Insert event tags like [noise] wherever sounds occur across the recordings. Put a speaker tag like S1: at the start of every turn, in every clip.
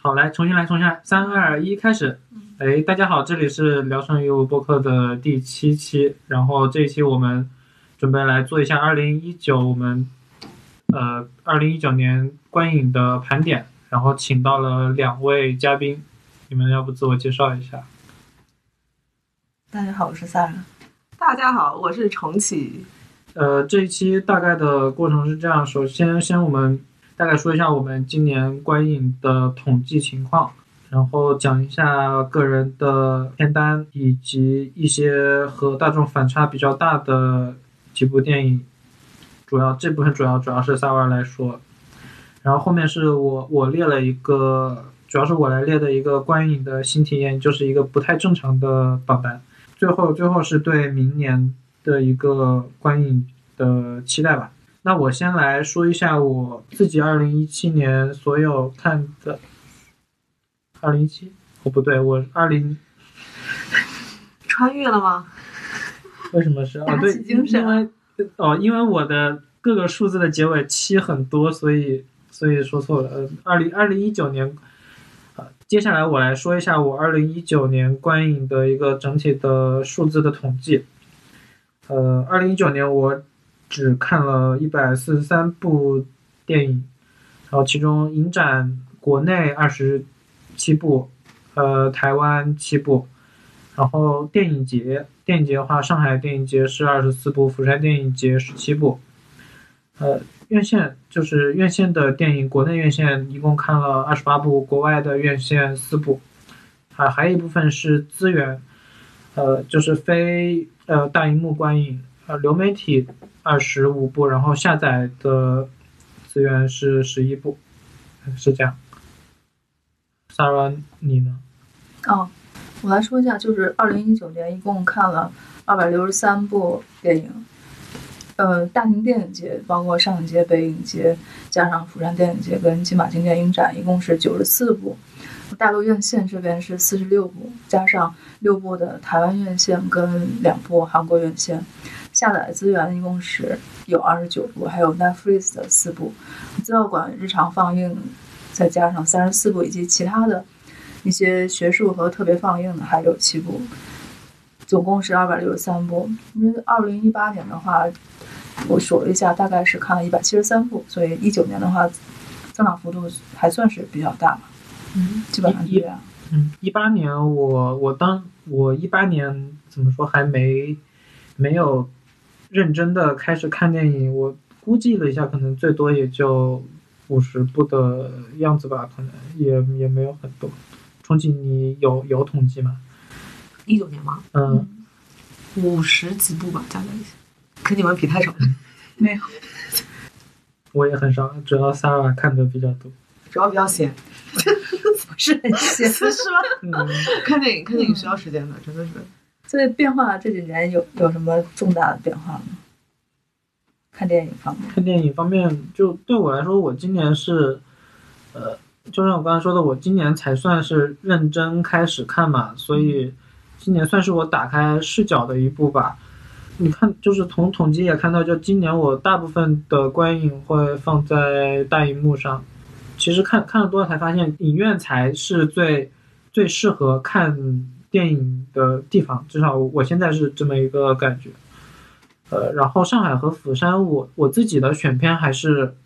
S1: 好，来重新来，重新来，三二一，开始。哎，大家好，这里是聊胜于无播客的第七期，然后这一期我们准备来做一下二零一九我们呃二零一九年观影的盘点，然后请到了两位嘉宾，你们要不自我介绍一下？
S2: 大家好，我是萨拉。
S3: 大家好，我是重启。
S1: 呃，这一期大概的过程是这样：首先，先我们大概说一下我们今年观影的统计情况，然后讲一下个人的片单，以及一些和大众反差比较大的几部电影。主要这部分主要主要是萨瓦尔来说，然后后面是我我列了一个，主要是我来列的一个观影的新体验，就是一个不太正常的榜单。最后最后是对明年的一个观影的期待吧。那我先来说一下我自己二零一七年所有看的，二零一七哦不对，我二零
S3: 穿越了吗？
S1: [laughs] 为什么是啊
S2: 打？起
S1: 对，
S2: 精神
S1: 因为哦，因为我的各个数字的结尾七很多，所以所以说错了。呃，二零二零一九年，呃，接下来我来说一下我二零一九年观影的一个整体的数字的统计。呃，二零一九年我只看了一百四十三部电影，然后其中影展国内二十七部，呃，台湾七部，然后电影节，电影节的话，上海电影节是二十四部，釜山电影节十七部。呃，院线就是院线的电影，国内院线一共看了二十八部，国外的院线四部，啊，还有一部分是资源，呃，就是非呃大荧幕观影，呃，流媒体二十五部，然后下载的资源是十一部，呃是这样。Sarah，你呢？
S2: 哦，我来说一下，就是二零一九年一共看了二百六十三部电影，呃，大型电影节包括上影节、北影节，加上釜山电影节跟金马经典影展，一共是九十四部。大陆院线这边是四十六部，加上六部的台湾院线跟两部韩国院线，下载资源一共是有二十九部，还有 Netflix 的四部，资料馆日常放映，再加上三十四部以及其他的一些学术和特别放映的还有七部，总共是二百六十三部。因为二零一八年的话，我数了一下，大概是看了一百七十三部，所以一九年的话，增长幅度还算是比较大吧。嗯，基本上是这样。
S1: 嗯，一八年我我当我一八年怎么说还没没有认真的开始看电影，我估计了一下，可能最多也就五十部的样子吧，可能也也没有很多。重庆，你有有统计吗？
S3: 一九年吗？
S1: 嗯，
S3: 五十几部吧，加在一起。跟你们比太少了，
S2: 没有，
S1: 我也很少，主要 Sarah 看的比较多。
S3: [laughs] 主要比较闲，
S2: 不是很闲。
S3: 是吗？
S1: 嗯，
S3: 看电影，看电影需要时间的，真的是。
S2: 所以变化这几年有 [laughs] 有什么重大的变化吗？看电影方面，
S1: 看电影方面，就对我来说，我今年是，呃，就像我刚才说的，我今年才算是认真开始看嘛，所以今年算是我打开视角的一步吧。你看，就是从统计也看到，就今年我大部分的观影会放在大荧幕上。其实看看了多了才发现，影院才是最最适合看电影的地方，至少我现在是这么一个感觉。呃，然后上海和釜山我，我自己的选片还是，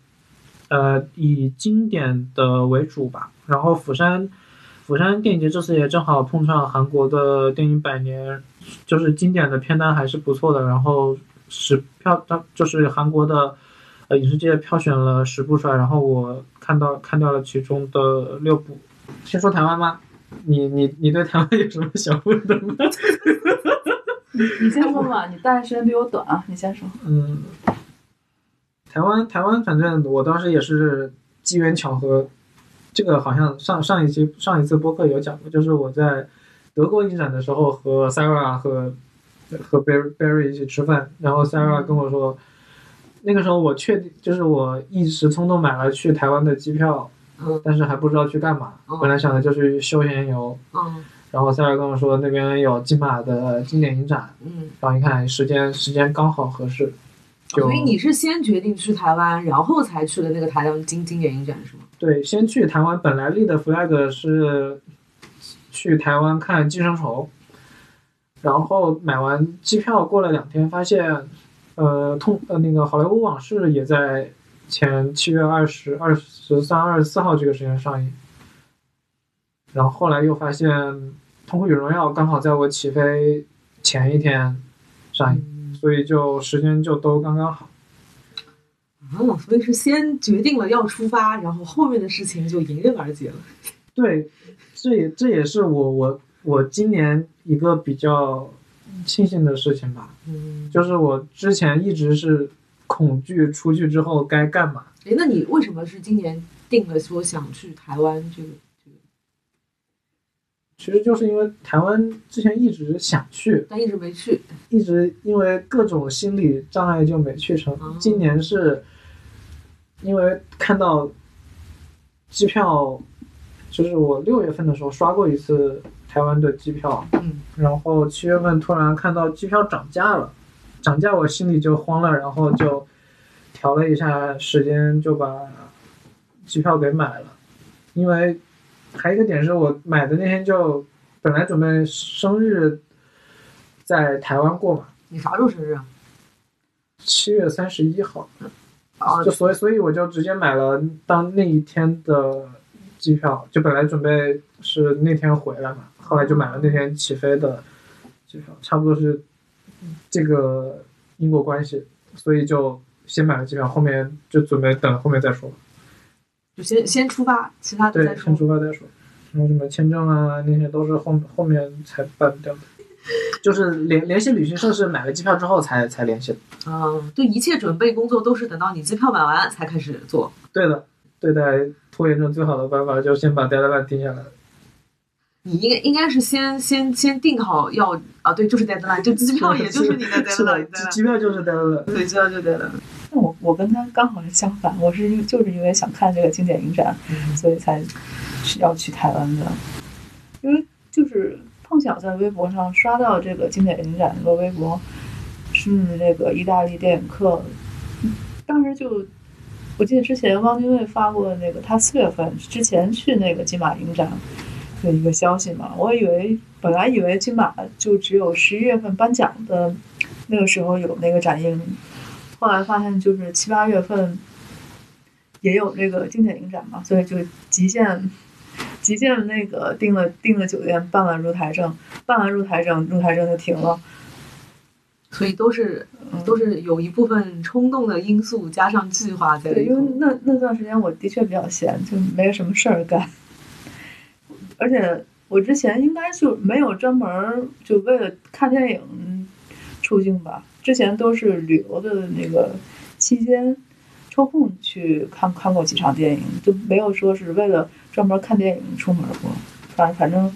S1: 呃，以经典的为主吧。然后釜山，釜山电影节这次也正好碰上韩国的电影百年，就是经典的片单还是不错的。然后十票，它就是韩国的，呃，影视界票选了十部出来，然后我看到看掉了其中的六部。先说台湾吗？你你你对台湾有什么想问的吗？
S2: 你先说吧，你待的时间比我短啊，你先说。
S1: 嗯，台湾台湾，反正我当时也是机缘巧合，这个好像上上一期上一次播客有讲过，就是我在德国影展的时候和 Sarah 和和 Barry Barry 一起吃饭，然后
S3: 嗯
S1: Sarah 跟我说，那个时候我确定就是我一时冲动买了去台湾的机票，
S3: 嗯
S1: 但是还不知道去干嘛，
S3: 嗯
S1: 本来想的就去休闲游，
S3: 嗯
S1: 然后 Sarah 跟我说那边有金马的经典影展，
S3: 嗯。
S4: 哦
S1: 然后一啊看时间时间刚好合适。就
S3: 所以你是先决定去台湾，然后才去的那个台湾经经典影展是吗？
S1: 对，先去台湾，本来立的 flag 是去台湾看《寄生虫》，然后买完机票，过了两天发现，呃，通呃那个好莱坞往事也在前七月二十二十三、二十四号这个时间上映，然后后来又发现《痛苦与荣耀》刚好在我起飞前一天上映，所以就时间就都刚刚好。
S4: 啊，所以是先决定了要出发，然后后面的事情就迎刃而解了。
S1: 对，这也这也是我我我今年一个比较庆幸的事情吧，
S4: 嗯，
S1: 就是我之前一直是恐惧出去之后该干嘛。
S4: 哎，那你为什么是今年定了说想去台湾这个？
S1: 其实就是因为台湾之前一直想去，
S4: 但一直没去，
S1: 一直因为各种心理障碍就没去成
S4: 哦。
S1: 今年是因为看到机票，就是我六月份的时候刷过一次台湾的机票，
S4: 嗯，
S1: 然后七月份突然看到机票涨价了，涨价我心里就慌了，然后就调了一下时间，就把机票给买了。因为还有一个点是我买的那天就本来准备生日在台湾过嘛，
S4: 你啥时候生日啊？
S1: 七月三十一号，
S4: 啊
S1: 就，所以所以我就直接买了当那一天的机票，就本来准备是那天回来嘛，后来就买了那天起飞的机票，差不多是这个因果关系，所以就先买了机票，后面就准备等后面再说。
S4: 就先先出发，其他的
S1: 对
S4: 再，说
S1: 先。出发再说。然后什么签证啊，那些都是后后面才办掉的， [laughs] 就是联联系旅行社是买了机票之后才才联系的。
S4: 啊，对，一切准备工作都是等到你机票买完才开始做。
S1: 对的，对待拖延症最好的办法就先把 deadline 定
S4: [laughs]
S1: 下来。
S4: 你应该应该是先先先定好要啊，对，就是 deadline，就机票哦也就是你的
S1: 是的，
S4: deadline，
S1: 机机票就是 deadline。
S4: 对，机票就 deadline。
S2: 那我我跟他刚好是相反，我是因为就是因为想看这个经典影展，所以才去要去台湾的，因为就是碰巧在微博上刷到这个经典影展那个微博，是那个意大利电影课，当时就我记得之前汪精卫发过那个他四月份之前去那个金马影展。的一个消息嘛，我以为本来以为金马就只有十一月份颁奖的那个时候有那个展映，后来发现就是七八月份也有这个经典影展嘛，所以就极限极限那个订了订了酒店，办完入台证，办完入台证，入台证就停了，
S4: 所以都是
S2: 嗯
S4: 都是有一部分冲动的因素加上计划在
S2: 对，
S4: 里
S2: 因为
S4: 头。
S2: 那那段时间我的确比较闲，就没什么事儿干，而且我之前应该就没有专门儿就为了看电影出境吧，之前都是旅游的那个期间抽空去看看过几场电影，就没有说是为了专门看电影出门过，反反正。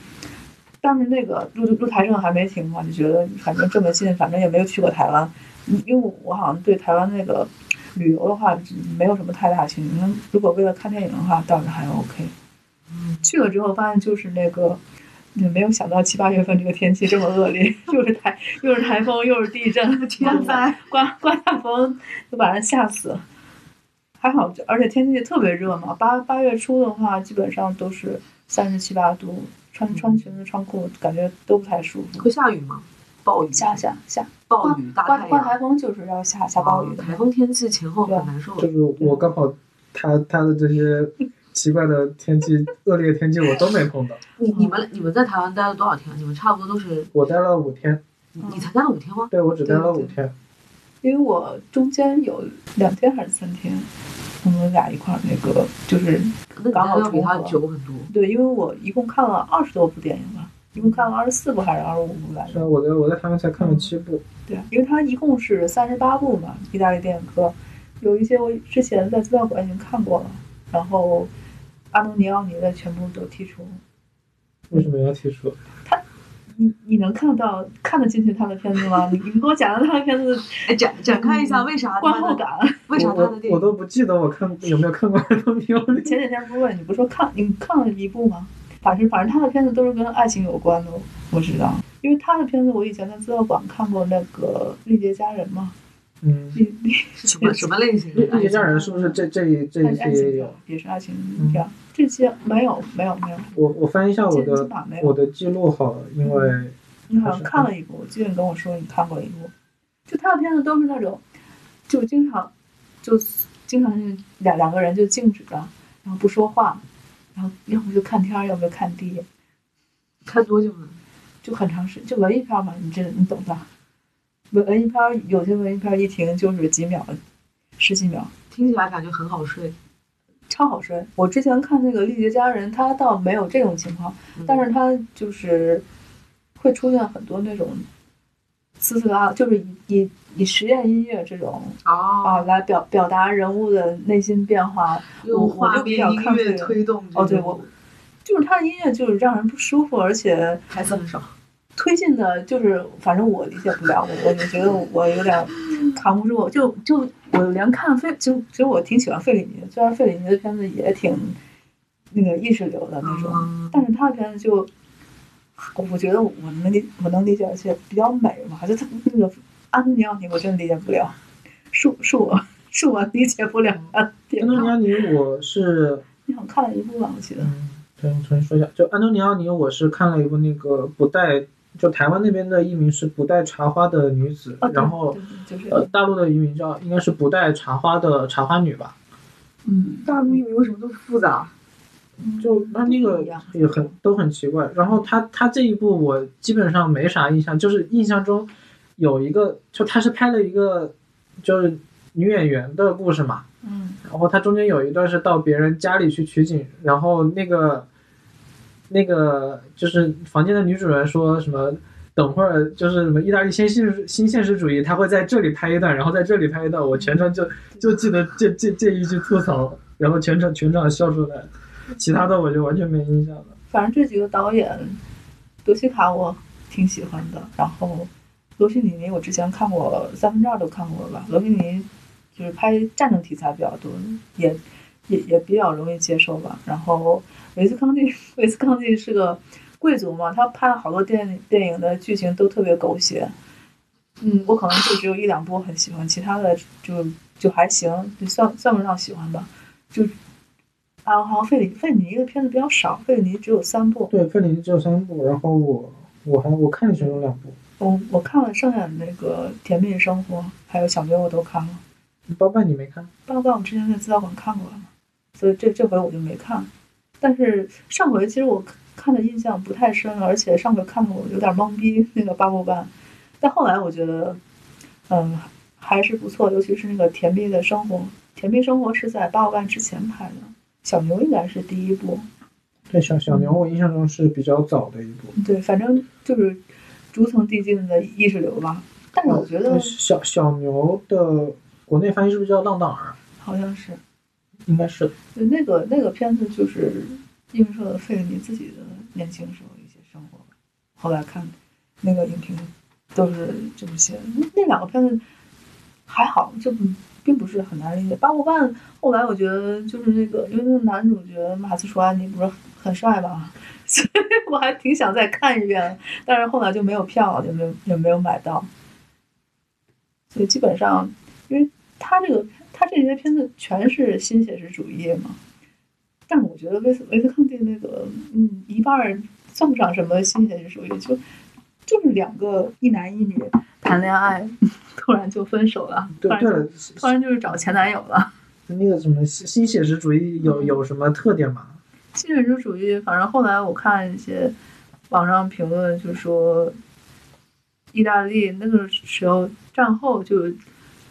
S2: 当时那个露露台上还没停嘛，就觉得反正这么近，反正也没有去过台湾，因因为我我好像对台湾那个旅游的话，没有什么太大兴趣。那如果为了看电影的话，倒是还 OK。去嗯了之后发现就是那个，也没有想到七八月份这个天气这么恶劣， [laughs] 又是台又是台风，又是地震，天灾，刮刮大风都把人吓死了。还好，而且天气特别热嘛，八八月初的话，基本上都是三十七八度，穿穿裙子穿裤感觉都不太舒服。
S4: 会下雨吗？暴雨，
S2: 下下下
S4: 暴雨，大
S2: 刮
S4: 太
S2: 刮
S4: 阳，
S2: 台风就是要下下暴雨的
S4: 啊台风天气前后
S2: 对啊
S4: 很难受的。
S1: 就是我刚好他他的这些奇怪的天气、恶劣天气我都没碰到，
S4: [laughs] 你你们你们在台湾待了多少天？你们差不多都是
S1: 我待了五天，
S4: 你
S2: 嗯
S4: 你才待了五天吗？
S1: 对我只待了
S2: 对
S1: 五
S2: 对
S1: 天。
S2: 因为我中间有两天还是三天，我们俩一块儿那个就是
S4: 那你待
S2: 刚好
S4: 的要比他
S2: 重合
S4: 久很多。
S2: 对，因为我一共看了二十多部电影吧，一共看了二十四部还是二十五部来
S1: 是
S2: 着？
S1: 啊，我在我在他们才看了七部，
S2: 对，因为它一共是三十八部嘛，意大利电影科，有一些我之前在资料馆已经看过了，然后阿东尼奥尼的全部都剔除。
S1: 为什么要提出？
S2: 你你能看到看得进去他的片子吗？你你给我讲讲他的片子
S4: 哎，展展开一下，为啥
S2: 嗯观
S4: 他
S2: 后
S4: 的
S2: 感。
S4: 为啥
S1: 我
S4: 他的
S1: 我
S4: 电
S1: 我
S4: 影
S1: 都不记得我看有没有看过《东尼奥
S4: [laughs]
S1: 利》。
S2: 前几天不是问你不是说看你看了一部吗？反正反正他的片子都是跟爱情有关的，我知道，因为他的片子我以前在资料馆看过那个《历劫佳人》嘛，
S1: 嗯，
S4: [laughs] 什么什么类型的？
S1: 叶叶家人是不是这这一这一
S2: 爱爱
S1: 期也
S2: 情
S1: 有嗯
S2: 片？也是爱情片。这期没有没有没有，
S1: 我我翻一下我
S2: 今今
S1: 的
S2: 晚没有。
S1: 我的记录好了，因
S4: 嗯
S1: 为
S2: 你好像看了一部，我记得你跟我说你看过一部，就他的片子都是那种，就经常就经常是两两个人就静止着，然后不说话，然后要不就看天儿，要不就看地，
S4: 看多久呢？
S2: 就很长时就文艺片儿嘛，你这你懂的。文文艺片儿有些文艺片儿一停就是几秒，十几秒，
S4: 听起来感觉很好睡，
S2: 超好睡。我之前看那个《历劫佳人》，他倒没有这种情况，
S4: 嗯
S2: 但是他就是会出现很多那种斯斯拉，就是以以以实验音乐这种啊
S4: 哦，
S2: 来表表达人物的内心变化。
S4: 用画
S2: 我
S4: 面
S2: 就比较
S4: 音
S2: 看这
S4: 乐
S2: 个
S4: 推动这种，
S2: 哦对我就是他的音乐就是让人不舒服，而且
S4: 台词很少，
S2: 推进的，就是反正我理解不了，我我就觉得我有点扛不住，就就我连看费，就其实我挺喜欢费里尼的，虽然费里尼的片子也挺那个意识流的那种，
S4: 嗯，
S2: 但是他的片子就，我觉得我能理我能理解，而且比较美嘛，就他那个安妮奥尼，我真理解不了，是是我是我理解不了安妮
S1: 安
S2: 奥
S1: 东尼
S2: 尼。
S1: 奥尼我是
S2: 你好像看了一部吧，我记得。
S1: 嗯，重重新说一下，就安东尼奥尼我是看了一部那个不带，就台湾那边的译名是不带茶花的女子，
S2: 哦对
S1: 然后
S2: 对对就是
S1: 呃大陆的译名叫应该是不带茶花的茶花女吧，
S2: 嗯，
S4: 大陆译名为什么这么复杂？
S1: 就他那
S2: 不
S1: 个
S2: 一样
S1: 也很都很奇怪。然后他他这一部我基本上没啥印象，就是印象中有一个，就他是拍了一个就是女演员的故事嘛，
S2: 嗯，
S1: 然后他中间有一段是到别人家里去取景，然后那个那个就是房间的女主人说什么。等会儿就是什么意大利新现实新现实主义，他会在这里拍一段，然后在这里拍一段。我全程就就记得这这这一句吐槽，然后全场全场笑出来，其他的我就完全没印象了。
S2: 反正这几个导演，德西卡我挺喜欢的，然后罗西里尼我之前看过三分之二都看过了吧，罗西里尼就是拍战争题材比较多，也也也比较容易接受吧。然后维斯康蒂，维斯康蒂是个贵族嘛，他拍了好多电电影的剧情都特别狗血。嗯，我可能就只有一两部很喜欢，其他的就就还行，就算算不上喜欢吧。就啊，好像费里费里尼的片子比较少，费里尼只有三部。
S1: 对，费里尼只有三部，然后我我还我看了其中两部，
S2: 我我看了剩下的那个《甜蜜生活》，还有《小别》，我都看了。
S1: 包办你没看？
S2: 报告我们之前在资料馆看过了嘛，所以这这回我就没看。但是上回其实我看的印象不太深了，而且上回看的我有点懵逼，那个八部半。但后来我觉得，嗯，还是不错，尤其是那个《甜蜜的生活》，《甜蜜生活》是在八部半之前拍的，《小牛》应该是第一部。
S1: 对，小小牛我印象中是比较早的一部。
S2: 对，反正就是逐层递进的意识流吧。但是我觉得
S1: 嗯小小牛的国内翻译是不是叫浪荡儿？
S2: 好像是，
S1: 应该是。
S2: 对那个那个片子就是映射了费里尼自己的年轻时候一些生活吧。后来看那个影评都是这么写的，那那两个片子还好，就不并不是很难理解。八部半后来我觉得就是那个，因为那个男主角马斯楚安尼不是很帅吧，所以我还挺想再看一遍，但是后来就没有票，也没有也没有买到，所以基本上因为他这个他这些片子全是新写实主义嘛，但我觉得维斯维斯康蒂那个嗯一半儿算不上什么新写实主义，就就是两个一男一女谈恋爱， [laughs] 突然就分手了，突
S1: 对
S2: 然
S1: 对
S2: 就
S1: 了，
S2: 突然就是找前男友了。
S1: 那个什么新新写实主义有
S2: 嗯
S1: 有什么特点吗？
S2: 新写实主义，反正后来我看一些网上评论，就说意大利那个时候战后就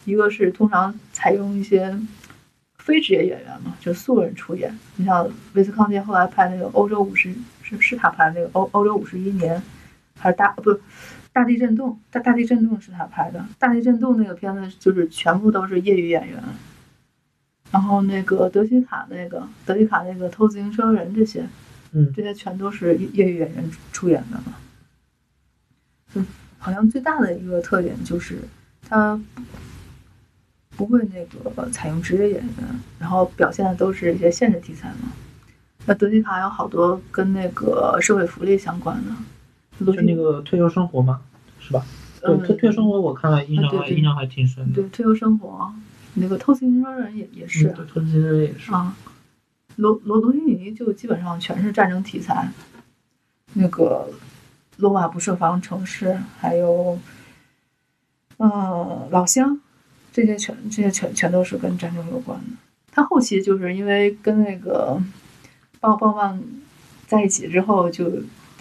S2: 一个是通常采用一些非职业演员嘛，就素人出演。你像威斯康蒂后来拍那个《欧洲五十》，是是他拍那个《欧欧洲五十一年》，还是大不是大地震动？大大地震动是他拍的，大地震动那个片子就是全部都是业余演员。然后那个德西卡那个德西卡那个偷自行车人这些，
S1: 嗯
S2: 这些全都是业业余演员出演的嘛。就好像最大的一个特点就是他不会那个采用职业演员，然后表现的都是一些现实题材嘛。那德西卡有好多跟那个社会福利相关的，就
S1: 就那个退休生活嘛，是吧？对
S2: 嗯
S1: 《退退生活》我看了印象
S2: 啊对
S1: 还
S2: 对
S1: 印象还挺深的
S2: 对，，退休生活，那个偷情行专人也也是
S1: 嗯，对，托其实也是。
S2: 啊，罗罗罗宾尼就基本上全是战争题材，那个罗马不设防城市，还有呃老乡，这些全这些全全都是跟战争有关的。他后期就是因为跟那个棒棒棒在一起之后，就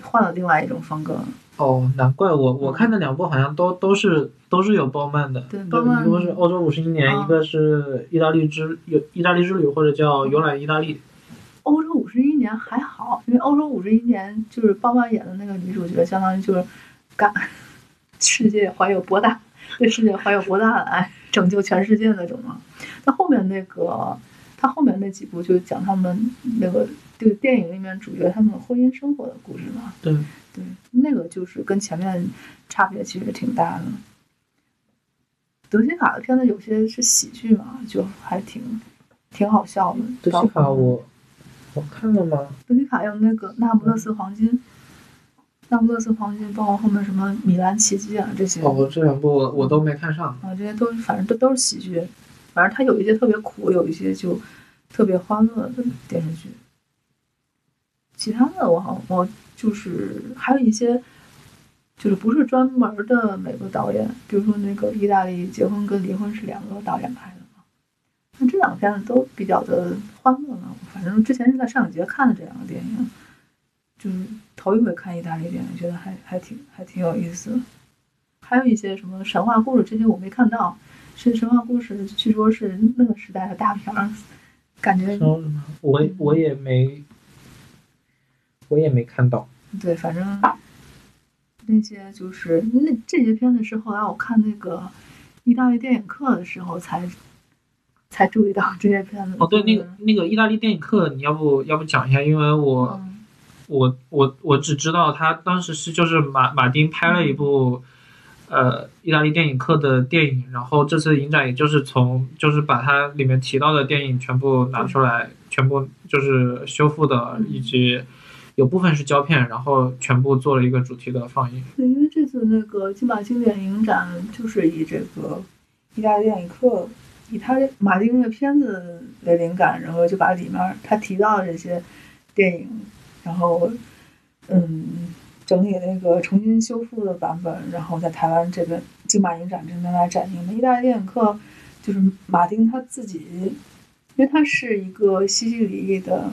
S2: 换了另外一种风格。
S1: 哦，难怪我我看的两部好像都都是都是有包曼的，
S2: 对
S1: 一
S2: 包曼
S1: 个是《欧洲五十一年》，
S2: 啊
S1: 一个是《意大利之有意大利之旅》或者叫《游览意大利》。
S2: 欧洲五十一年还好，因为欧洲五十一年就是包曼演的那个女主角，相当于就是干世界怀有博大对世界怀有博大的爱，拯救全世界那种嘛。那后面那个他后面那几部就讲他们那个对电影里面主角他们婚姻生活的故事嘛。
S1: 对，
S2: 对，那个就是跟前面差别其实挺大的。德西卡的片子有些是喜剧嘛，就还挺挺好笑的。
S1: 德
S2: 包
S1: 西卡
S2: 括
S1: 我我看了吗？
S2: 德西卡用那个那不勒斯黄金，那不勒斯黄金，包括后面什么米兰奇迹啊这些，
S1: 哦，我这两部我我都没看上。
S2: 啊这些都是反正都都是喜剧，反正它有一些特别苦，有一些就特别欢乐的电视剧。其他的我好我就是还有一些，就是不是专门的美国导演，比如说那个意大利结婚跟离婚是两个导演拍的嘛。那这两个片子都比较的欢乐嘛，我反正之前是在上影节看的这两个电影，就是头一回看意大利电影，觉得还还挺还挺有意思的。还有一些什么神话故事这些我没看到，是神话故事，据说是那个时代的大片儿，感觉
S1: 然后我我也没我也没看到。
S2: 对，反正那些就是那这些片子是后来我看那个意大利电影课的时候才才注意到这些片子。
S1: 哦，对，那个那个意大利电影课，你要不要不讲一下？因为我、
S2: 嗯，
S1: 我我我只知道他当时是就是马马丁拍了一部，呃，意大利电影课的电影，然后这次影展也就是从就是把它里面提到的电影全部拿出来，全部就是修复的
S2: 嗯，
S1: 以及有部分是胶片，然后全部做了一个主题的放映。
S2: 对，因为这次那个金马经典影展就是以这个意大利电影课，以他这马丁的片子为灵感，然后就把里面儿他提到的这些电影，然后嗯整理那个重新修复的版本，然后在台湾这边金马影展这边来展映的意大利电影课，就是马丁他自己，因为他是一个西西里裔的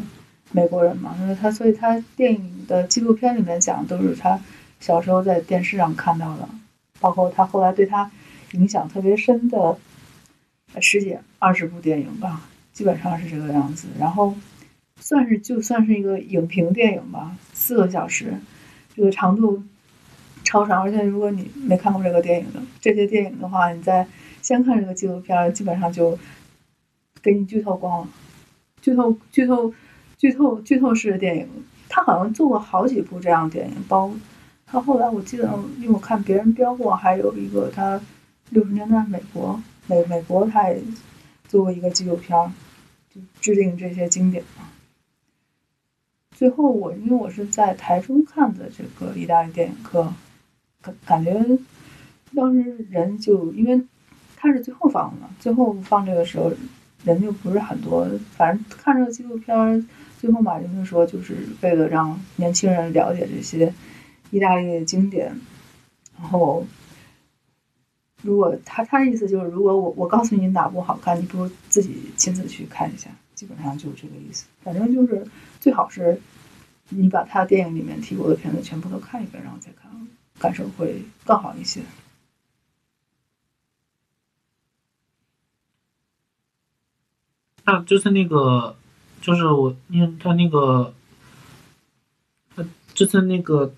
S2: 美国人嘛，因为他所以他电影的纪录片里面讲的都是他小时候在电视上看到的，包括他后来对他影响特别深的呃十几二十部电影吧，基本上是这个样子。然后算是就算是一个影评电影吧，四个小时，这个长度超长，而且如果你没看过这个电影的这些电影的话，你在先看这个纪录片儿，基本上就给你剧透光了，剧透剧透剧透剧透式的电影。他好像做过好几部这样的电影，包他后来我记得，因为我看别人标过，还有一个他六十年代美国美美国，他也做过一个纪录片儿，就制定这些经典嘛。最后我因为我是在台中看的这个意大利电影课，感感觉当时人就因为他是最后放的嘛，最后放这个时候人就不是很多，反正看这个纪录片儿，最后马云就说，就是为了让年轻人了解这些意大利的经典，然后。如果他他的意思就是，如果我我告诉你哪部好看，你不如自己亲自去看一下，基本上就是这个意思。反正就是最好是，你把他电影里面提过的片子全部都看一遍，然后再看，感受会更好一些。
S1: 那就是那个，就是我，因为他那个，他这次那个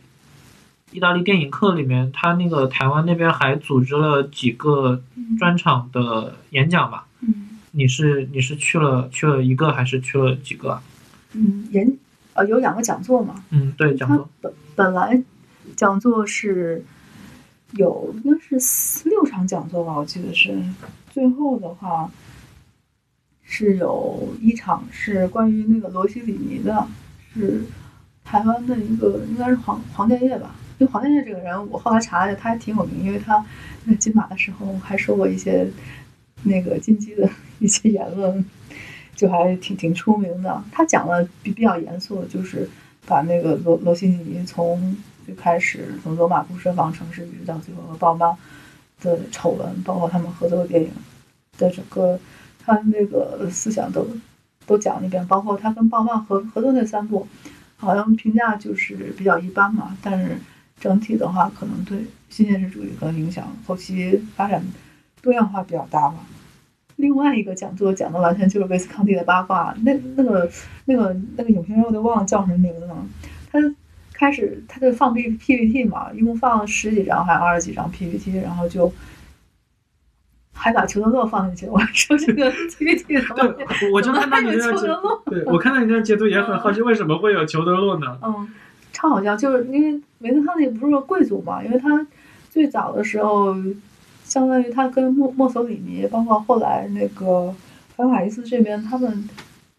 S1: 意大利电影课里面，他那个台湾那边还组织了几个
S2: 嗯
S1: 专场的演讲吧？
S2: 嗯
S1: 你是你是去了去了一个还是去了几个啊？
S2: 嗯，演呃有两个讲座嘛，
S1: 嗯，对，讲
S2: 他
S1: 座。
S2: 本本来讲座是有应该是四六场讲座吧，我记得是。最后的话是有一场是关于那个罗西里尼的，是他台湾的一个应该是黄黄建业吧，因为黄建业这个人，我后来查了一下，他还挺有名，因为他那金马的时候还说过一些那个金鸡的一些言论，就还挺挺出名的。他讲的比比较严肃的，就是把那个罗罗西尼从最开始从罗马不设防城市，一直到最后和鲍曼的丑闻，包括他们合作的电影的整个他那个思想都都讲了一遍，包括他跟鲍曼合合作那三部，好像评价就是比较一般嘛，但是整体的话，可能对新现实主义可能影响后期发展多样化比较大吧。另外一个讲座讲的完全就是威斯康蒂的八卦，那那个那个那个影评人我都忘了叫什么名字了，他开始他就放 P PPT 嘛，一共放了十几张还是二十几张 PPT，然后就还把裘德洛放进去。我说这个 PPT 怎么会
S1: 对，我就
S2: 怎么
S1: 看到
S2: 还
S1: 你
S2: 有
S1: 这个
S2: 裘德
S1: 截，
S2: 洛？ [laughs]
S1: 对我看到你这个截图也很好奇，为什么会有裘德洛呢？
S2: 嗯，超好笑，就是因为维特康那不是个贵族嘛，因为他最早的时候，相当于他跟墨墨索里尼，包括后来那个法法伊斯这边，他们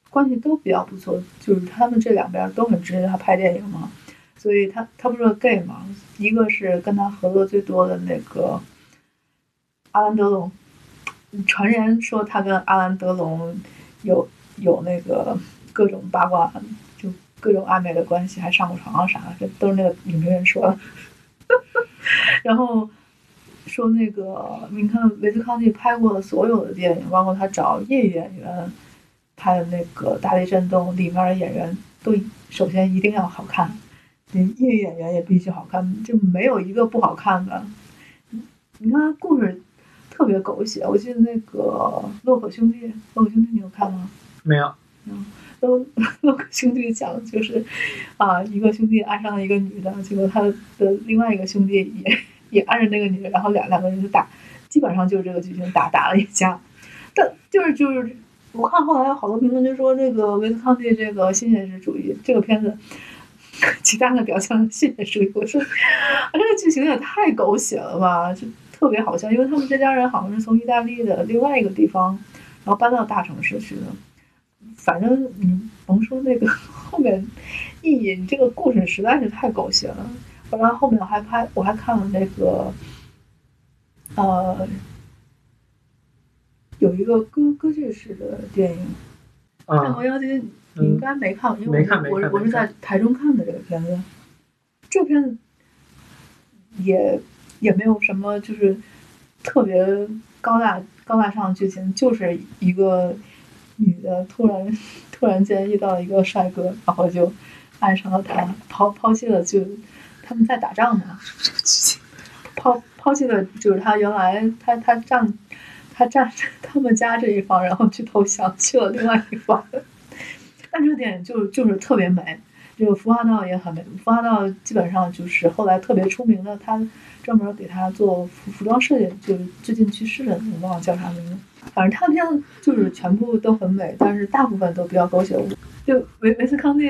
S2: 关系都比较不错，就是他们这两边都很支持他拍电影嘛，所以他他不是个 gay 嘛，一个是跟他合作最多的那个阿兰德龙，传言说他跟阿兰德龙有有那个各种八卦，就各种暧昧的关系，还上过床啊啥的，这都是那个影评人说的。 [laughs] 然后说那个，你看维斯康蒂拍过的所有的电影，包括他找业余演员拍的那个《大地震动》里面的演员，都首先一定要好看，你业余演员也必须好看，就没有一个不好看的。你看他故事特别狗血，我记得那个《洛克兄弟》，《洛克兄弟》你有看吗？
S1: 没有，啊
S2: 都洛克兄弟讲的就是，啊，一个兄弟爱上了一个女的，结果他的另外一个兄弟也也爱上那个女的，然后两两个人就打，基本上就是这个剧情打打了一架。但就是就是，我看后来有好多评论就说这个维斯康蒂这个新现实主义这个片子。极大的表现了新现实主义，我说啊，这个剧情也太狗血了吧，就特别好笑，因为他们这家人好像是从意大利的另外一个地方，然后搬到大城市去的，反正嗯你甭说那个 [laughs] 后面意义，你这个故事实在是太狗血了。然后后面我还拍，我还看了那个，呃，有一个歌歌剧式的电影《战
S1: 啊
S2: 国，妖精》，你应该没看过，因为
S1: 没
S2: 我
S1: 看没
S2: 是我是
S1: 看
S2: 我
S1: 没
S2: 是在台中看的这个片子。这个片子也也没有什么就是特别高大高大上的剧情，就是一个女的突然突然间遇到了一个帅哥，然后就爱上了他，抛抛弃了就他们在打仗嘛，抛抛弃了就是他原来他他站他站他们家这一方，然后去投降去了另外一方。 [laughs] 但这点就就是特别美，这个服化道也很美。服化道基本上就是后来特别出名的，他专门给他做服服装设计，就是最近去世的，我忘了叫啥名字。反正他片子就是全部都很美，但是大部分都比较狗血。就维维斯康蒂，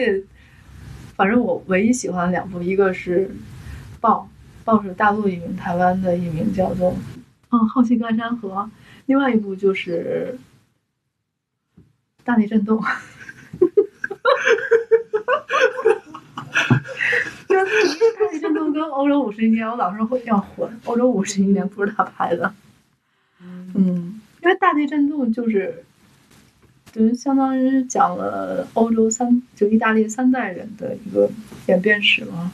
S2: 反正我唯一喜欢的两部，一个是《豹》，《豹》是大陆译名，台湾的译名叫做《嗯好奇干山河》，另外一部就是《大地震动》。跟大地震动跟欧洲五十一年，我老是会要混。欧洲五十一年不是他拍的，嗯，因为大地震动就是，就是相当于讲了欧洲三，就意大利三代人的一个演变史嘛。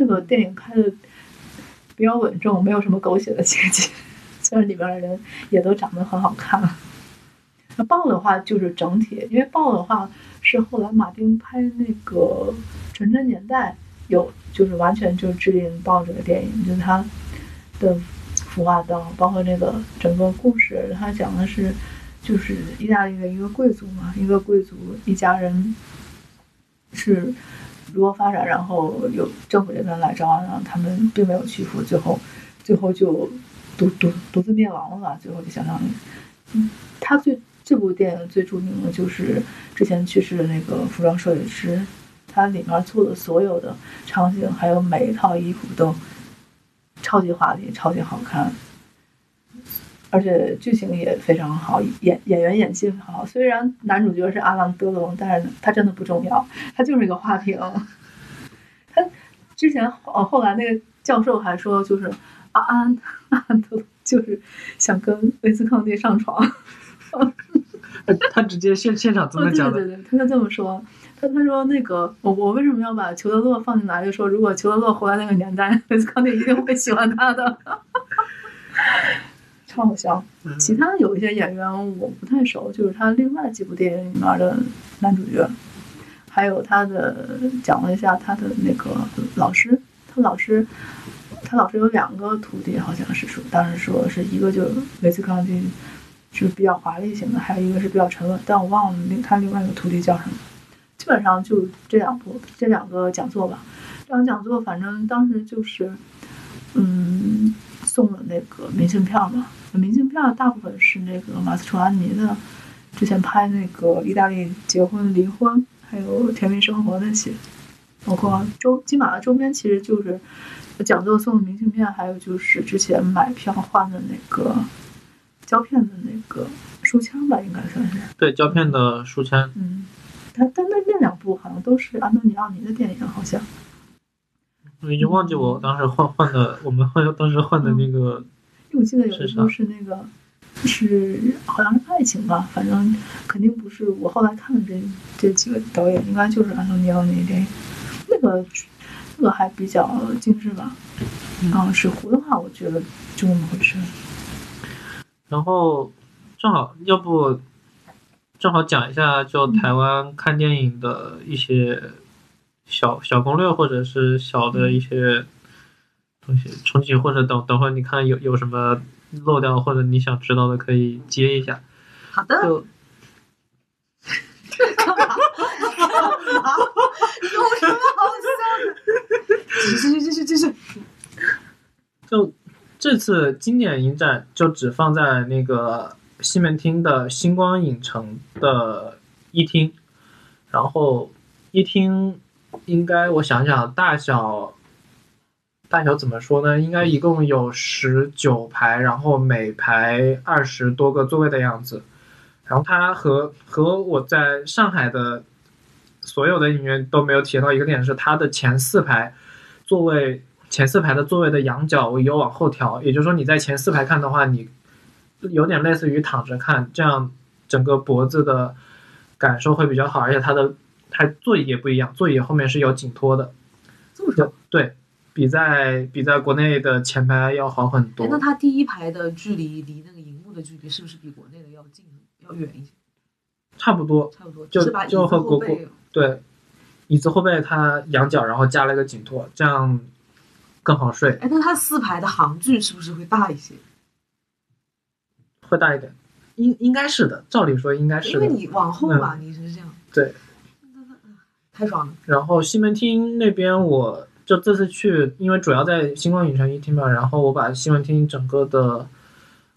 S2: 那个电影拍的比较稳重，没有什么狗血的情节， [laughs] 虽然里边的人也都长得很好看。那豹的话就是整体，因为豹的话是后来马丁拍那个《纯真年代》有，就是完全就是致敬《豹》这个电影，就是它的服化道，包括那个整个故事，它讲的是就是意大利的一个贵族嘛，一个贵族一家人是如何发展，然后有政府这边来招安，然后他们并没有屈服，最后最后就独独独自灭亡了吧，最后就相当于，嗯，他最这部电影最著名的就是之前去世的那个服装设计师，他里面做的所有的场景，还有每一套衣服都超级华丽，超级好看。而且剧情也非常好，演演员演技很好。虽然男主角是阿兰·德龙，但是他真的不重要，他就是一个花瓶。之前哦，后来那个教授还说，就是啊安安安安德鲁就是想跟维斯康蒂上床。
S1: 他他直接现现场这么讲
S2: 哦对
S1: 的，
S2: 对对，他就这么说。他他说那个我我为什么要把裘德洛放进来？就说如果裘德洛活在那个年代， [laughs] 维斯康蒂一定会喜欢他的， [laughs] 超好笑。
S1: 嗯
S2: 其他有一些演员我不太熟，就是他另外几部电影里面的男主角，还有他的讲了一下他的那个老师，他老师，他老师有两个徒弟，好像是说当时说是一个就是维斯康蒂是比较华丽型的，还有一个是比较沉稳，但我忘了另他另外一个徒弟叫什么。基本上就这两部这两个讲座吧，这两个讲座反正当时就是，嗯，送了那个明信片嘛，明信片大部分是那个马斯楚安尼的，之前拍那个意大利结婚离婚，还有甜蜜生活那些，包括周金马的周边，其实就是讲座送的明信片，还有就是之前买票换的那个胶片的那个书签吧，应该算是，
S1: 对胶片的书签，
S2: 嗯，但但那那两部好像都是安东尼奥尼的电影，好像。
S1: 我已经忘记我当时换换的，我们换当时换的那个，
S2: 因为我记得有
S1: 是
S2: 一
S1: 啥
S2: 部是那个，是好像是爱情吧，反正肯定不是。我后来看了这这几个导演，应该就是安东尼奥尼电影，那个那个还比较精致吧。
S1: 嗯
S2: 然后纸糊的话，我觉得就那么回事。
S1: 然后正好要不正好讲一下就台湾看电影的一些小小攻略，或者是小的一些东西重启，或者等等会儿你看有有什么漏掉或者你想知道的可以接一下，
S4: 好的， [laughs]
S1: 就
S4: 有什么好笑的？继续继续继续，
S1: 就这次经典影展就只放在那个西门町的星光影城的一厅，然后一厅应该我想想大小大小怎么说呢？应该一共有十九排，然后每排二十多个座位的样子。然后它和和我在上海的所有的影院都没有体验到一个点是，它的前四排座位前四排的座位的仰角有往后调，也就是说你在前四排看的话，你有点类似于躺着看，这样整个脖子的感受会比较好，而且它的它座椅也不一样，座椅后面是有紧托的，
S4: 这么说，
S1: 对比在比在国内的前排要好很多
S4: 哎，。那他第一排的距离离那个荧幕的距离是不是比国内的要近要远一些？
S1: 差不多，
S4: 差不多，
S1: 就是
S4: 把椅子
S1: 就和
S4: 后
S1: 国
S4: 背
S1: 对，椅子后背它仰角，然后加了一个紧托，这样更好睡，
S4: 哎，那它四排的行距是不是会大一些？
S1: 会大一点。应应该是的，照理说应该是
S4: 因
S1: 的
S4: 为。你往后吧，你是这样。
S1: 嗯对。
S4: [laughs] 太爽了！
S1: 然后西门町那边，我就这次去，因为主要在星光影城一厅嘛，然后我把西门町整个的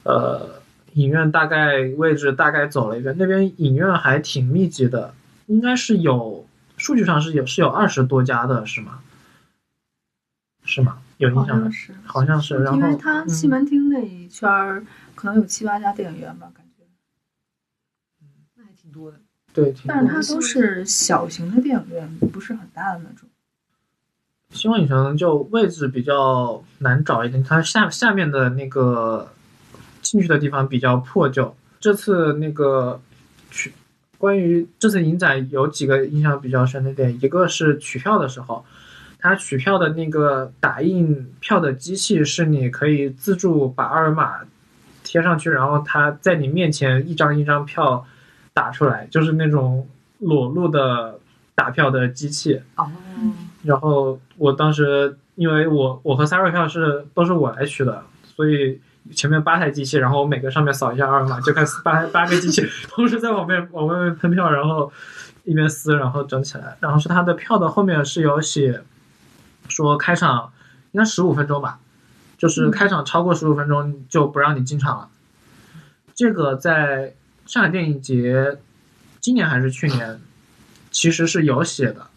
S1: 呃影院大概位置大概走了一遍，那边影院还挺密集的，应该是有数据上是有是有二十多家的，是吗？是吗？有印
S2: 好
S1: 象吗
S2: 像？是，
S1: 好像是，然后
S2: 因为它
S1: 嗯
S2: 西门町那一圈儿可能有七八家电影院吧，感觉，
S4: 那还挺多的。
S1: 对，挺
S2: 但是
S1: 多。
S2: 它都是小型的电影院，不是很大的那种。
S1: 星光影城就位置比较难找一点，它下下面的那个进去的地方比较破旧。这次那个取关于这次影展有几个印象比较深的点，一个是取票的时候，它取票的那个打印票的机器是你可以自助把二维码贴上去，然后它在你面前一张一张票打出来，就是那种裸露的打票的机器。
S4: 哦，
S1: 然后我当时因为我我和 Sarah 票是都是我来取的，所以前面八台机器，然后我每个上面扫一下二维码，就看八八个机器同时在往外往外面喷票，然后一边撕，然后整起来。然后是它的票的后面是有写说开场应该十五分钟吧，就是开场超过十五分钟就不让你进场了。这个在上海电影节今年还是去年，其实是有写的。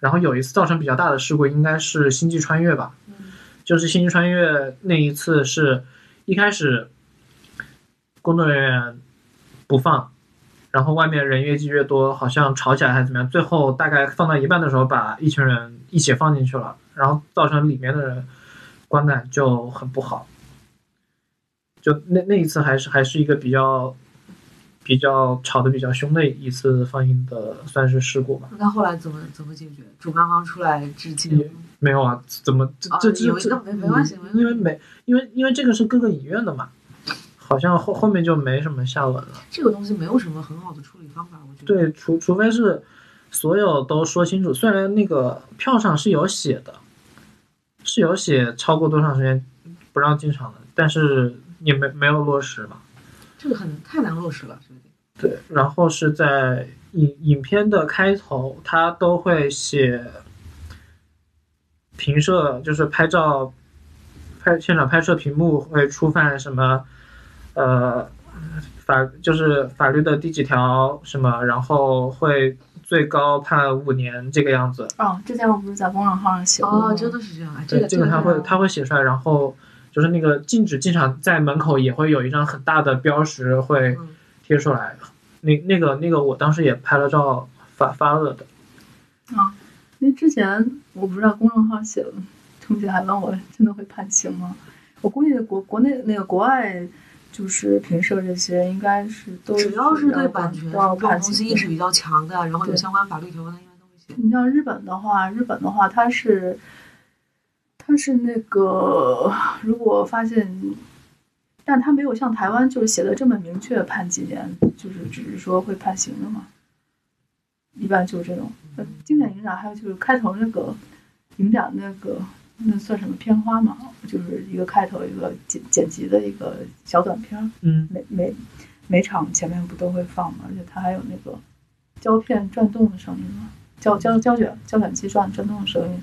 S1: 然后有一次造成比较大的事故，应该是《星际穿越》吧？
S4: 嗯
S1: 就是《星际穿越》那一次是一开始工作人员不放，然后外面人越积越多，好像吵起来还是怎么样，最后大概放到一半的时候，把一群人一起放进去了，然后造成里面的人观感就很不好。就那那一次还是还是一个比较比较吵得比较凶的一次放映的算是事故吧。
S4: [laughs] 那后来怎么怎么解决？主办方出来致歉
S1: 也
S4: 吗
S1: 没有啊，怎么这
S4: 哦
S1: 这这
S4: 有一
S1: 这
S4: 个没没关系没关系
S1: 因为没因为因为这个是各个影院的嘛，好像后后面就没什么下文了。
S4: 这个东西没有什么很好的处理方法，我觉得。
S1: 对，除除非是所有都说清楚，虽然那个票上是有写的，是有写超过多长时间不让进场的，但是也没没有落实嘛。
S4: 这个很太难落实了，这个点。
S1: 对，然后是在影影片的开头，他都会写平摄，就是拍照拍现场拍摄屏幕会触犯什么呃法就是法律的第几条什么，然后会最高判五年这个样子。
S2: 哦，这家伙不是在公众号上写过吗
S4: 哦，真的是这样啊，这
S1: 对，
S4: 个
S1: 这个他会他会写出来，然后就是那个禁止进场，在门口也会有一张很大的标识会
S4: 嗯
S1: 贴出来。那那个那个，我当时也拍了照发发了的。
S2: 因为之前我不知道公众号写了，程姐还问我真的会判刑吗？我估计国国内那个国外就是平社这些应该是都
S4: 只要是对版权
S2: 都
S4: 这
S2: 要
S4: 种
S2: 判
S4: 东
S2: 刑
S4: 西
S2: 的
S4: 意识比较强的，然后有
S2: 对
S4: 相关法律条文的，应该都会写。
S2: 你像日本的话，日本的话，它是，它是那个，如果发现，但它没有像台湾就是写的这么明确判几年，就是只是说会判刑的嘛。一般就是这种。呃经典影展还有就是开头那个影展那个那算什么片花嘛，就是一个开头一个剪剪辑的一个小短片儿。
S1: 嗯，
S2: 每每每场前面不都会放吗？而且它还有那个胶片转动的声音嘛，胶胶胶卷胶卷机转转动的声音。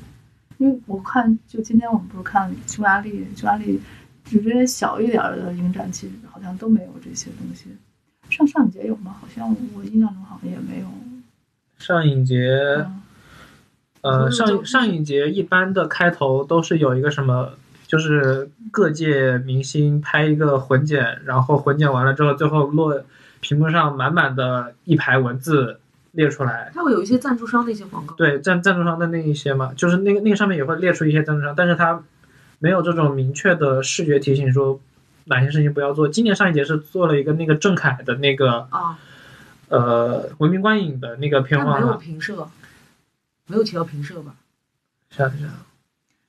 S2: 因为我看，就今天我们不是看匈牙利，匈牙利就这些小一点儿的影展，其实好像都没有这些东西。上上影节有吗？好像我印象中好像也没有。
S1: 上影节，
S2: 嗯
S1: 呃，
S4: 嗯
S1: 上
S4: 就
S1: 影上影节一般的开头都是有一个什么，就是各界明星拍一个混剪，然后混剪完了之后，最后落屏幕上满满的一排文字列出来，
S4: 它会有一些赞助商的一些广告。
S1: 对赞赞助商的那一些嘛，就是那个那个上面也会列出一些赞助商，但是它没有这种明确的视觉提醒说哪些事情不要做。今年上一节是做了一个那个郑恺的那个
S4: 啊，
S1: 呃文明观影的那个片
S4: 但
S1: 花
S4: 啊没有
S1: 嘛，
S4: 平射，没有提到平射吧？
S1: 想一想，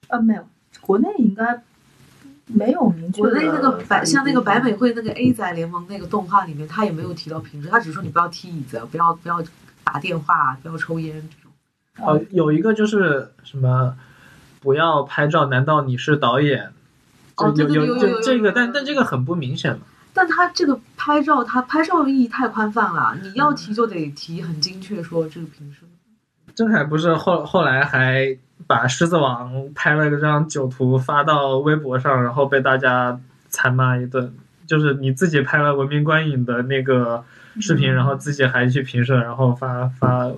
S2: 呃，没有，国内应该没有明确
S4: 国
S2: 的法
S4: 内
S2: 律规范。
S4: 那个百像那个百美汇那个 A 仔联盟那个动画里面，他也没有提到平射，他只说你不要踢椅子，不要不要打电话，不要抽烟这种。
S1: 哦、有一个就是什么不要拍照，难道你是导演？
S4: 哦
S1: 就
S4: 对
S1: 有
S4: 对对有有
S1: 这
S4: 有
S1: 这
S4: 有
S1: 个，
S4: 有
S1: 但
S4: 有
S1: 但这个很不明显嘛。
S4: 但他这个拍照，他拍照意义太宽泛了，你要提就得提很精确，说这个平射。
S1: 郑恺不是后后来还把《狮子王》拍了一张九图发到微博上，然后被大家惨骂一顿。就是你自己拍了文明观影的那个视频，
S2: 嗯
S1: 然后自己还去评审，然后发发，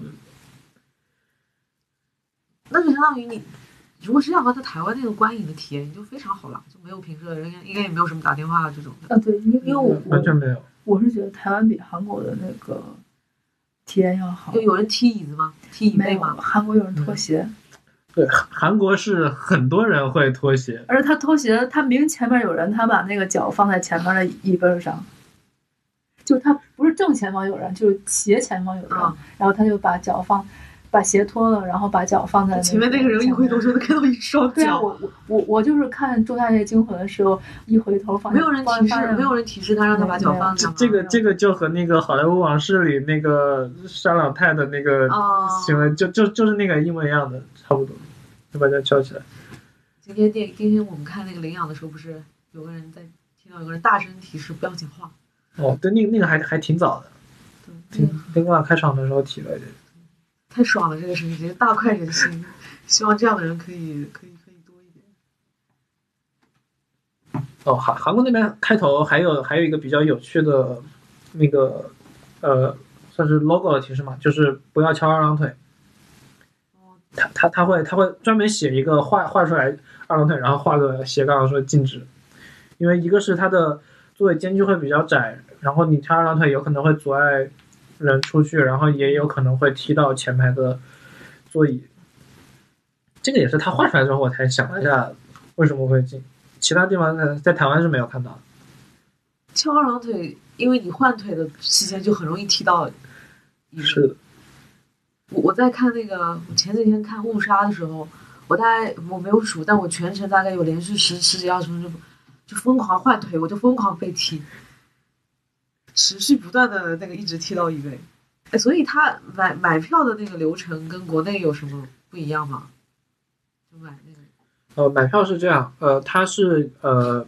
S4: 那就相当于你，如果是这样的话，在台湾那个观影的体验就非常好了，就没有平时人家应该也没有什么打电话这种的。
S2: 啊，对，因为因为我我
S1: 完全没有。
S2: 我是觉得台湾比韩国的那个体验要好
S4: 就。有人踢椅子吗？踢椅
S2: 没
S4: 背
S2: 有，
S4: 吗？
S2: 韩国有人脱鞋，
S1: 对，韩国是很多人会脱鞋，
S2: 而且他脱鞋，他明前面有人，他把那个脚放在前面的椅背上，就是他不是正前方有人，就是斜前方有人，
S4: 啊
S2: 然后他就把脚放，把鞋脱了，然后把脚放在
S4: 前面那个人一回头，就能看到一双
S2: 对啊，
S4: 脚，
S2: 我我我我就是看《仲夏夜惊魂》的时候，一回头放
S4: 没有人提示，没有
S2: 人
S4: 人提示他让他把脚放
S1: 这
S4: 下。
S1: 这个这个就和那个《好莱坞往事》里那个沙朗泰的那个
S4: 啊，
S1: 行为，就就就是那个一模一样的，差不多，就把它翘起来。
S4: 今天电今天我们看那个领养的时候，不是有个人在听到有个人大声提示不要讲话，
S1: 哦，对，那个那个还还挺早的，
S4: 对，
S1: 挺
S4: 这个
S1: 挺晚开场的时候提了一点。
S4: 太爽了，这个瞬间大快人心。希望这样的人可以可以可以多一点。
S1: 哦，韩韩国那边开头还有还有一个比较有趣的，那个呃，算是 logo 的提示嘛，就是不要翘二郎腿。
S4: 哦，
S1: 他他他会他会专门写一个画画出来二郎腿，然后画个斜杠说禁止，因为一个是它的座位间距会比较窄，然后你翘二郎腿有可能会阻碍人出去，然后也有可能会踢到前排的座椅。这个也是他画出来之后，我才想了一下为什么会进，其他地方在在台湾是没有看到的。
S4: 翘二郎腿，因为你换腿的期间就很容易踢到椅子。
S1: 是的，
S4: 我我在看那个，我前几天看《误杀》的时候，我大概我没有数，但我全程大概有连续十十几二十分钟，就疯狂换腿，我就疯狂被踢，持续不断的那个一直踢到椅背。哎，所以他买买票的那个流程跟国内有什么不一样吗？就买那个
S1: 呃，买票是这样，呃，它是呃，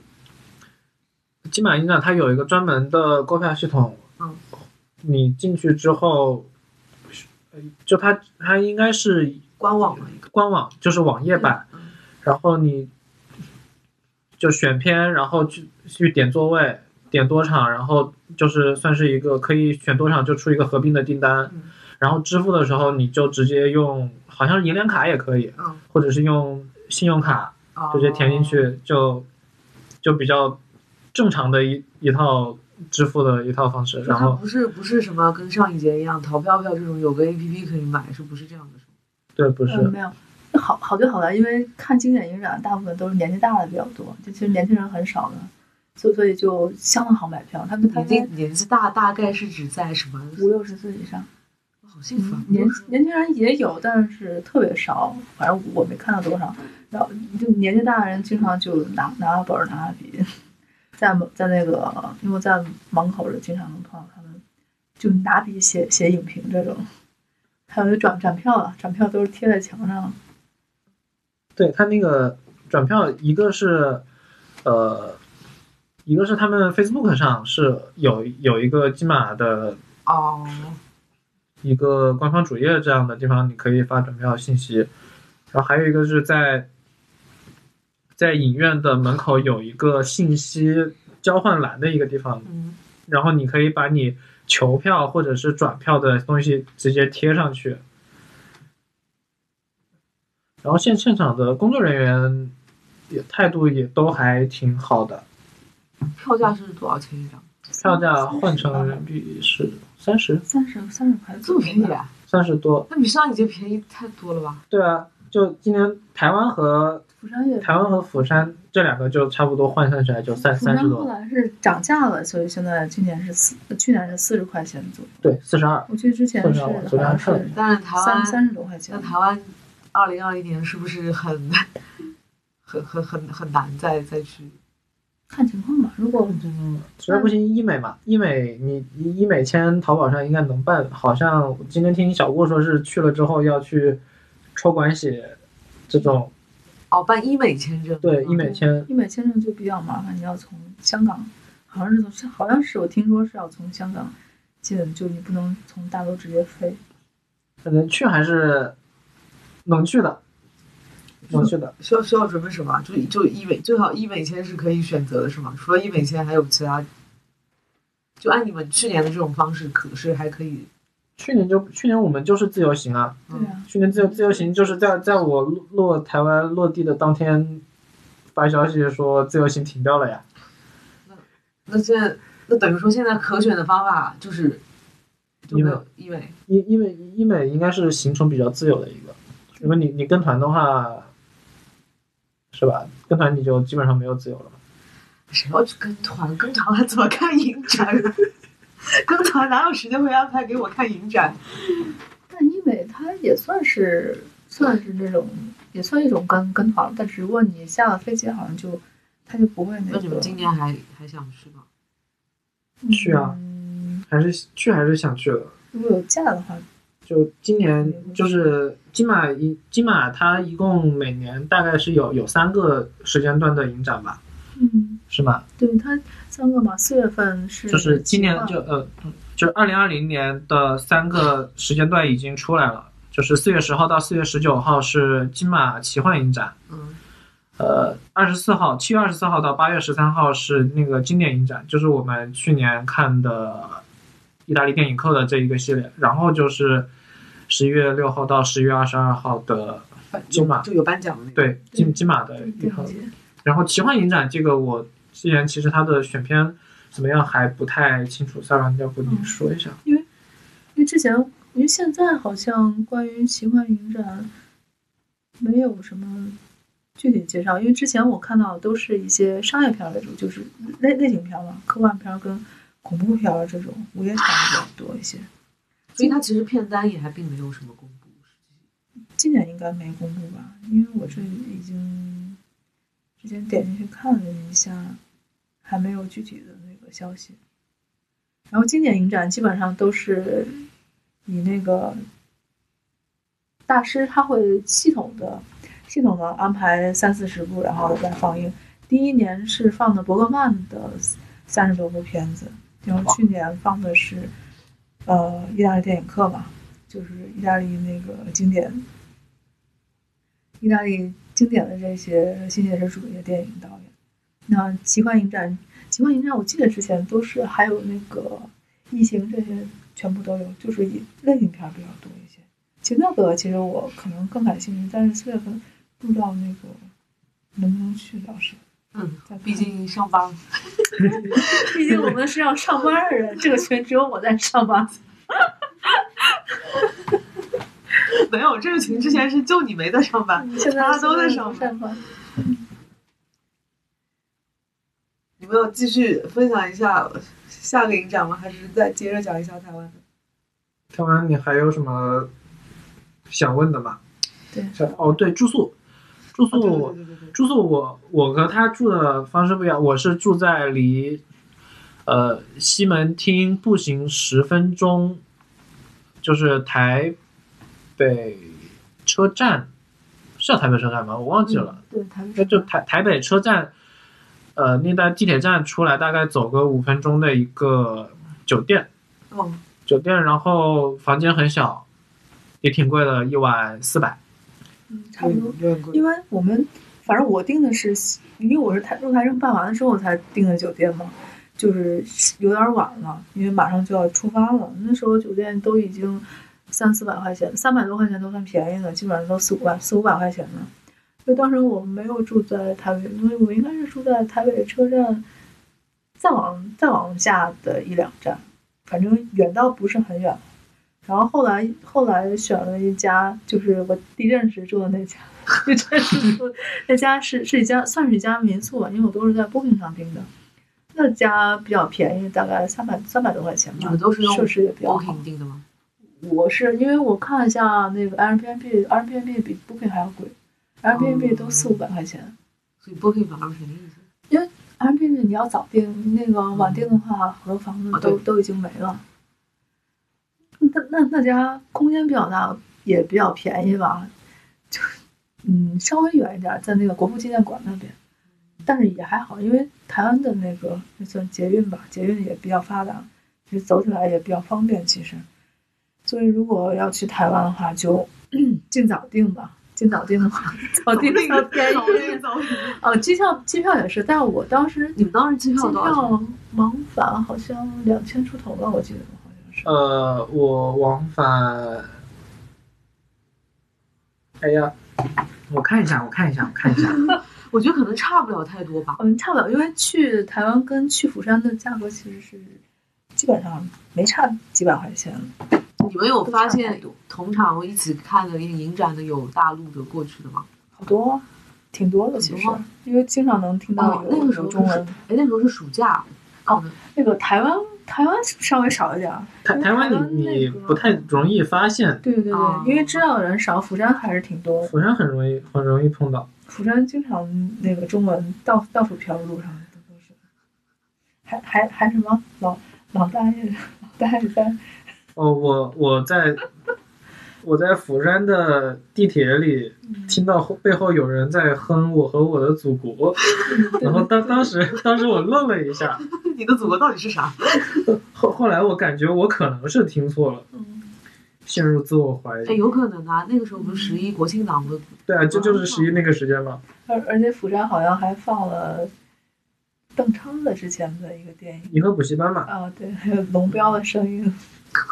S1: 金马影展它有一个专门的购票系统，
S4: 嗯
S1: 你进去之后，呃就它它应该是
S4: 官网的一个
S1: 官网就是网页版，
S4: 嗯
S1: 然后你就选片，然后去去点座位，点多场，然后就是算是一个可以选多场就出一个合并的订单，
S4: 嗯
S1: 然后支付的时候你就直接用好像是银联卡也可以，
S4: 嗯，
S1: 或者是用信用卡直接填进
S4: 哦。
S1: 去就就比较正常的一一套支付的一套方式，
S4: 就
S1: 然
S4: 它
S1: 后
S4: 不是不是什么跟上一节一样淘票票这种有个 A P P 可以买，是不是这样的？
S1: 对不
S2: 嗯，
S1: 是
S2: 没有。好好就好在，因为看经典影展大部分都是年纪大的比较多，就其实年轻人很少的，所以所以就相当好买票。他们他
S4: 年纪
S2: 们
S4: 年纪大大概是指在什么？
S2: 五六十岁以上，
S4: 好幸福啊！
S2: 年年轻人也有，但是特别少，反正我没看到多少。然后就年纪大的人经常就拿拿本儿拿笔，在门在那个，因为我在门口就经常能碰到他们，就拿笔写写影评这种，还有就转转票啊，转票都是贴在墙上。
S1: 对他那个转票，一个是呃，一个是他们 Facebook 上是有有一个金马的
S4: 哦，
S1: 一个官方主页这样的地方，你可以发转票信息。然后还有一个是在在影院的门口有一个信息交换栏的一个地方，
S4: 嗯，
S1: 然后你可以把你球票或者是转票的东西直接贴上去。然后现现场的工作人员也态度也都还挺好的，
S4: 嗯票价是多少钱一张？
S1: 票价换成人民币是三十
S2: 三十三十块，
S4: 这么便宜啊？
S1: 三十多，
S4: 那比上一节便宜太多了吧？
S1: 对啊，就今年台湾和
S2: 釜山也
S1: 台湾和釜山这两个就差不多换算起来就三
S2: 釜
S1: 三十
S2: 山后
S1: 多，
S2: 来是涨价了，所以现在今年是四，去年是四十块钱左右。
S1: 对，四十二，
S2: 我记得之前
S1: 不知
S2: 是
S1: 道
S2: 好
S1: 我昨天
S2: 像
S1: 看了
S2: 是
S4: 但是台
S2: 三
S4: 湾，
S2: 三十多块钱
S4: 啊那。台湾，二零二一年是不是很 [laughs] 很很很很难再再去？
S2: 看情况吧。如果
S1: 嗯实在不行医美嘛，医美你你医美签淘宝上应该能办，好像我今天听小顾说是去了之后要去抽管血，这种
S4: 哦，办医美签证。
S1: 对
S4: 嗯
S1: 医美签，
S2: 医美签证就比较麻烦，你要从香港，好像是从好像是我听说是要从香港进，就你不能从大陆直接飞。
S1: 反正去还是能去的，能去的。
S4: 需要需要准备什么？啊就就医美，最好医美签是可以选择的，是吗？除了医美签，还有其他？就按你们去年的这种方式，可是还可以。
S1: 去年就去年我们就是自由行啊，
S4: 嗯
S2: 对啊，
S1: 去年自由自由行就是在在我落落台湾落地的当天发消息说自由行停掉了呀。
S4: 那现在，那等于说现在可选的方法就是就没有医美。
S1: 医医美医美应该是行程比较自由的一个，如果你你跟团的话，是吧？跟团你就基本上没有自由了嘛。
S4: 谁要去跟团？跟团还怎么看影展？ [laughs] 跟团哪有时间会安排给我看影展？
S2: 但医美它也算是算是那种也算一种跟跟团，但只不过你下了飞机好像就它就不会那
S4: 那
S2: 个
S4: 你们今年还还想去吗？
S1: 去啊
S2: 嗯，
S1: 还是去还是想去的。
S2: 如果有假的话，
S1: 就今年就是金马一金马，它一共每年大概是有有三个时间段的影展吧，
S2: 嗯。
S1: 是吗？
S2: 对它三个嘛，四月份是
S1: 就是今年
S2: 计划
S1: 就呃，就是二零二零年的三个时间段已经出来了，就是四月十号到四月十九号是金马奇幻影展。
S4: 嗯，
S1: 呃，二十四号，七月二十四号到八月十三号是那个经典影展，就是我们去年看的意大利电影课的这一个系列，然后就是十一月六号到十一月二十二号的金马
S4: 就有颁奖的那个。
S1: 对金金马
S4: 嗯
S1: 的一
S2: 电
S1: 个
S2: 影，节，
S1: 然后奇幻影展这个我之前
S4: 嗯
S1: 其实它的选片怎么样还不太清楚，萨拉要不你说一下？
S2: 之前，因为现在好像关于奇幻影展没有什么具体介绍，因为之前我看到的都是一些商业片为主，就是类类型片嘛，科幻片跟恐怖片这种午夜场比较多一些。
S4: 所以它其实片单也还并没有什么公布。
S2: 今年应该没公布吧？因为我这已经之前点进去看了一下，还没有具体的那个消息。然后今年影展基本上都是以那个大师他会系统的、系统的安排三四十部，然后来放映。第一年是放的伯格曼的三十多部片子，然后去年放的是呃意大利电影课嘛，就是意大利那个经典意大利经典的这些新写实主义的电影导演。那奇幻影展，奇幻影展，我记得之前都是还有那个异形这些全部都有，就是以类型片比较多一些。其实那个其实我可能更感兴趣，但是四月份不知道那个能不能去，倒是。
S4: 嗯
S2: 再看，
S4: 毕竟上班 [laughs] 儿，
S2: [laughs] 毕竟我们是要上班的人，这个群只有我在上班。
S4: 没有这个群之前是就你没在上班，
S2: 嗯现在
S4: 大家都在上班。
S2: 上班。
S4: 你们有继续分享一下下个影展吗？还是再接着讲一下台湾的？
S1: 看完你还有什么想问的吗？
S2: 对
S1: 想，哦，对，住宿，住宿，
S4: 哦对对对对对
S1: 住宿我我和他住的方式不一样，我是住在离呃西门町步行十分钟，就是台北车站，是叫台北车站吗？我忘记了，
S2: 对，台
S1: 那、就台台北车站，呃，那在地铁站出来大概走个五分钟的一个酒店，
S4: 哦，
S1: 酒店，然后房间很小，也挺贵的，一晚四百。
S2: 嗯，差不多。
S4: 有点贵。
S2: 因为我们反正我订的是，因为我是台入台证办完了之后我才订的酒店嘛，就是有点晚了，因为马上就要出发了。那时候酒店都已经三四百块钱，三百多块钱都算便宜的，基本上都四五百四五百块钱了。所以当时我没有住在台北，因为我应该是住在台北车站，再往再往下的一两站，反正远到不是很远。然后后来后来选了一家，就是我地震时住的那家， [laughs] 地震时住的那家是是一家算是一家民宿吧，因为我都是在 Booking 上订的。那家比较便宜，大概三百三百多块钱
S4: 你
S2: 吧
S4: 们，都是用
S2: 设施也比较好。
S4: Booking 定的吗？
S2: 我是因为我看了一下那个 Airbnb，Airbnb 比 Booking 还要贵，Airbnb 都四五百块钱。
S4: 所以 Booking 反而便 [laughs] 宜一些。
S2: Airbnb 啊你要早订，那个晚订的话，好多房子
S4: 啊
S2: 都
S4: 对
S2: 都已经没了。那那那家空间比较大，也比较便宜吧，就嗯稍微远一点，在那个国父纪念馆那边，但是也还好，因为台湾的那个那算捷运吧，捷运也比较发达，就是走起来也比较方便，其实。所以如果要去台湾的话，就 [coughs] 尽早订吧，尽早订的话， [laughs] 早订
S4: [laughs]
S2: 早便宜。
S4: 早订。
S2: 哦，机票机票也是，但是我当时
S4: 你们当时机
S2: 机
S4: 票多少钱？
S2: 票往返好像两千出头吧，我记得好像
S4: 嗯
S2: 是。
S1: 呃，我往返，哎呀，我看一下，我看一下，我看一下，
S4: 我觉得可能差不了太多吧。
S2: 嗯，差不了，因为去台湾跟去釜山的价格其实是基本上没差几百块钱。
S4: 你们有发
S2: 都差
S4: 现同场一起看的影展的有大陆的过去的吗？
S2: 好多啊，挺多的其
S4: 很
S2: 实
S4: 多啊，
S2: 因为经常能听到
S4: 哦
S2: 有、
S4: 那个时候
S2: 有中文。
S4: 哎，那时候是暑假，哦，
S2: 那个台湾台湾稍微少一点儿，
S1: 台
S2: 因为
S1: 台湾
S2: 那
S1: 你你
S2: 个
S1: 不太容易发现，
S2: 对对对，
S4: 哦
S2: 因为知道的人少，釜山还是挺多的。
S1: 釜山很容易很容易碰到。
S2: 釜山经常那个中文到到处飘，路上都都是，还还还什么老老大爷老大爷在
S1: 哦，我我在我在釜山的地铁里听到后背后有人在哼《我和我的祖国》，然后当当时当时我愣了一下，
S4: 你的祖国到底是 [laughs] 啥？
S1: 后后来我感觉我可能是听错了，
S2: 嗯，
S1: 陷入自我怀
S4: 哎，
S1: 疑。
S4: 有可能啊，那个时候不是十一国庆档不是
S1: 对啊，这就是十一那个时间嘛。
S2: 而而且釜山好像还放了邓超的之前的一个电影
S1: 你和补习班嘛，
S2: 啊，对，还有龙标的声音，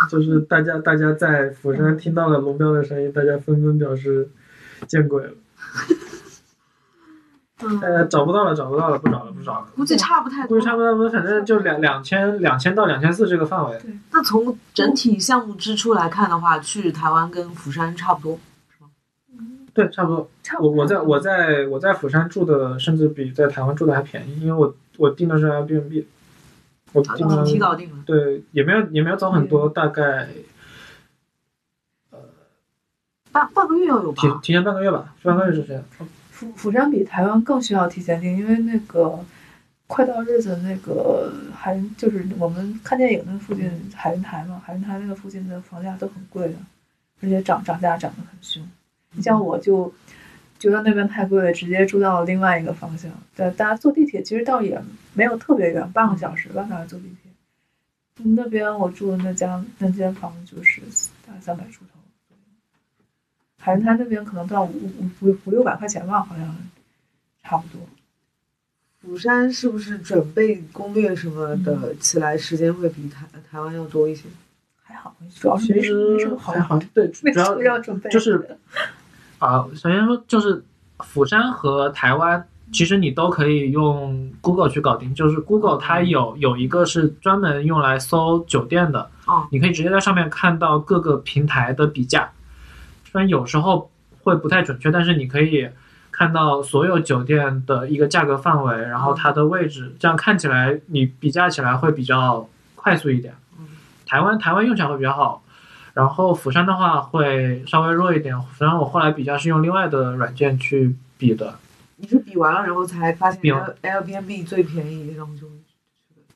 S1: 就是大家大家在釜
S4: 嗯
S1: 山听到了龙标的声音，大家纷纷表示见鬼了。呃，找不到了，找不到了，不找了，不找了。
S4: 嗯估计差不太
S1: 估
S4: 多
S1: 计。差不多，反正就两两千两千到两千四这个范围。
S4: 那从整体项目支出来看的话，去台湾跟釜山差不多。
S1: 对，差不多。
S2: 差不
S1: 我
S2: 多。
S1: 我在我在我在釜山住的，甚至比在台湾住的还便宜，因为我我订的是 Airbnb，我
S4: 啊
S1: 订
S4: 就
S1: 的
S4: 提早定嗯了，
S1: 对，也没有也没有早很多，大概
S4: 半半个月要有
S1: 提
S4: 吧？
S1: 提前半个月吧，半个月之前。
S2: 釜釜山比台湾更需要提前订，因为那个快到日子那个海人，就是我们看电影那附近海人台嘛，海人台那个附近的房价都很贵的，而且涨涨价涨得很凶。你像我就觉得那边太贵了，直接住到另外一个方向。对，大家坐地铁其实倒也没有特别远，半个小时吧，大家坐地铁。那边我住的那家那间房就是大概三百出头，海人台那边可能都要五五五五六百块钱吧，好像差不多。
S4: 釜山是不是准备攻略什么的起来时间会比台台湾要多一些？
S2: 还好，主要是
S1: 其
S2: 没什么没
S1: 实
S2: 什么好
S1: 还，好，对，嗯主
S2: 没什
S1: 要
S2: 么要准备，
S1: 就是啊，首先说就是釜山和台湾，其实你都可以用 Google 去搞定。就是 Google 它有有一个是专门用来搜酒店的，
S4: 哦
S1: 你可以直接在上面看到各个平台的比价，虽然有时候会不太准确，但是你可以看到所有酒店的一个价格范围，然后它的位置，这样看起来你比价起来会比较快速一点
S4: 嗯。
S1: 台湾台湾用起来会比较好，然后釜山的话会稍微弱一点，釜山我后来比较是用另外的软件去比的。
S4: 你是比完了然后才发现
S1: 比完
S4: Air- Airbnb 最便宜，然后就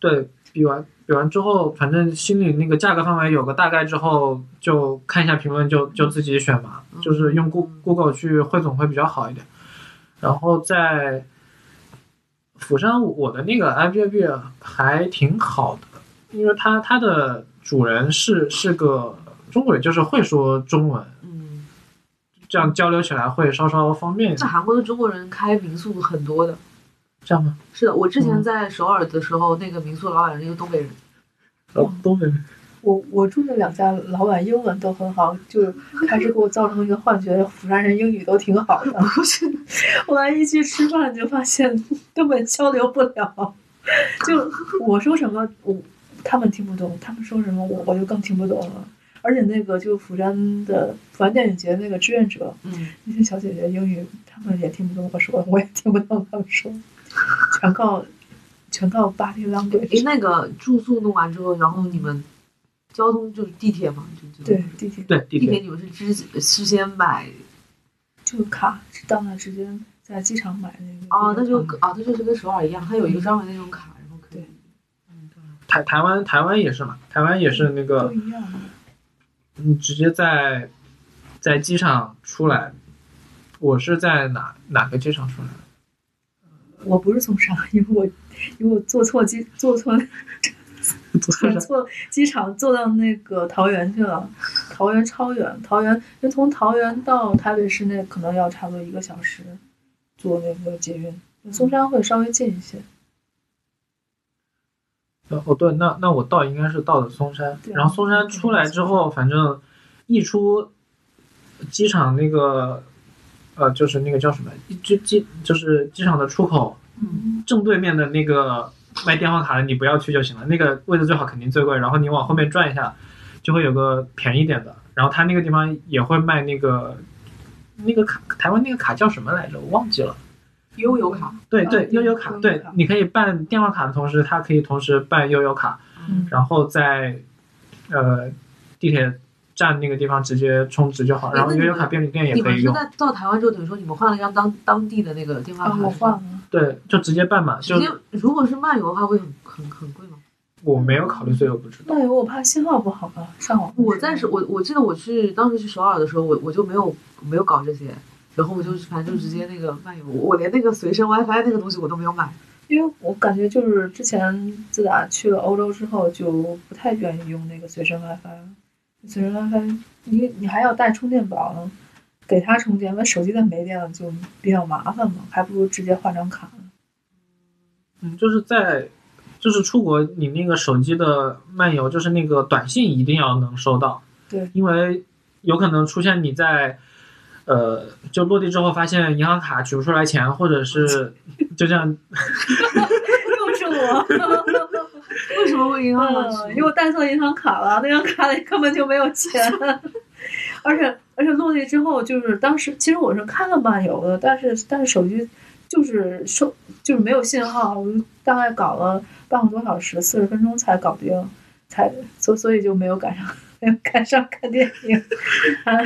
S1: 对比完比完之后，反正心里那个价格范围有个大概之后，就看一下评论就就自己选嘛，
S4: 嗯
S1: 就是用 Goo- Google 去汇总会比较好一点。然后在釜山，我的那个 Airbnb 还挺好的，因为它它的主人是是个中国人，就是会说中文，
S4: 嗯，
S1: 这样交流起来会稍稍方便一
S4: 这
S1: 点。
S4: 韩国的中国人开民宿很多的。
S1: 这样吗？
S4: 是的，我之前
S1: 嗯
S4: 在首尔的时候，那个民宿老板是一个东北人，嗯
S1: 哦，东北
S2: 我我住那两家老板英文都很好，就是开始给我造成一个幻觉， [laughs] 釜山人英语都挺好的。后来一去吃饭就发现根本交流不了，就我说什么我他们听不懂，他们说什么我我就更听不懂了。而且那个就釜山的釜山电影节那个志愿者
S4: 嗯，
S2: 那些小姐姐英语他们也听不懂我说，我也听不懂他们
S4: [laughs]
S2: 说，全靠全靠 body
S4: 诶，
S2: language。
S4: 那个住宿弄完之后，然后你们交通就是地铁嘛，就就
S2: 对地铁
S1: 对地
S4: 地铁
S1: 铁，
S4: 你们是之事先买
S2: 就卡是到那直接在机场买那个
S4: 哦，那就
S1: 嗯
S4: 哦，那就是跟首尔一样，它有一个专门的那种卡，然后可以
S2: 对
S1: 台台湾台湾也是嘛，台湾也是那
S2: 都
S1: 个
S2: 一样的。
S1: 你直接在在机场出来，我是在哪哪个机场出来？
S2: 我不是从上海，因为我因为我坐错机坐错
S1: [laughs] 不是
S2: 坐机场坐到那个桃园去了，桃园超远，桃园因为从桃园到台北市内可能要差不多一个小时，坐那个捷运，松山会稍微近一些。
S1: 哦，对，那那我到应该是到的松山，
S2: 对啊
S1: 然后松山出来之后，反正一出机场那个呃，就是那个叫什么，机机就是机场的出口
S2: 嗯，
S1: 正对面的那个卖电话卡的，你不要去就行了。那个位置最好，肯定最贵。然后你往后面转一下，就会有个便宜点的。然后他那个地方也会卖那个那个卡，台湾那个卡叫什么来着？我忘记了。
S4: 悠游卡，
S1: 对
S2: 啊
S1: 对，
S2: 对
S1: 悠游卡
S2: 悠游，
S1: 对
S2: 卡，
S1: 你可以办电话卡的同时，它可以同时办悠游卡，
S2: 嗯
S1: 然后在呃地铁站那个地方直接充值就好。然后悠游卡便利店也
S4: 哎你
S1: 可
S4: 们
S1: 以
S4: 是
S1: 用，
S4: 在到台湾之后，等于说你们换了一张当当地的那个电话卡
S2: 啊
S4: 是，吧，
S2: 我换了，
S1: 对，就直接办嘛。
S4: 直
S1: 就
S4: 接如果是漫游的话，会很很很贵吗？
S1: 我没有考虑，所以我不知道。
S2: 那有我怕信号不好吧，上网。
S4: 我在首我我记得我去当时去首尔的时候，我我就没有没有搞这些，然后我就反正就直接那个漫游，
S2: 嗯
S4: 我我连那个随身 WiFi 那个东西我都没有买。
S2: 因为我感觉就是之前自打去了欧洲之后，就不太愿意用那个随身 WiFi 了。随身 WiFi，你你还要带充电宝呢，给它充电，那手机再没电了就比较麻烦嘛，还不如直接换张卡呢。
S1: 嗯，就是在，就是出国，你那个手机的漫游，就是那个短信一定要能收到。
S2: 对，
S1: 因为有可能出现你在呃，就落地之后发现银行卡取不出来钱，或者
S4: [laughs]
S1: 是就这样，
S2: 又是我，
S4: 为什么会银行卡
S2: 嗯，因为我带错银行卡了，那张卡里根本就没有 [laughs] 钱，而且而且落地之后，就是当时其实我是开了漫游的，但是但是手机就是收就是没有信号，我就大概搞了半个多小时，四十分钟才搞定，才所所以就没有赶上 [laughs] 没有赶上看电影， [laughs] 还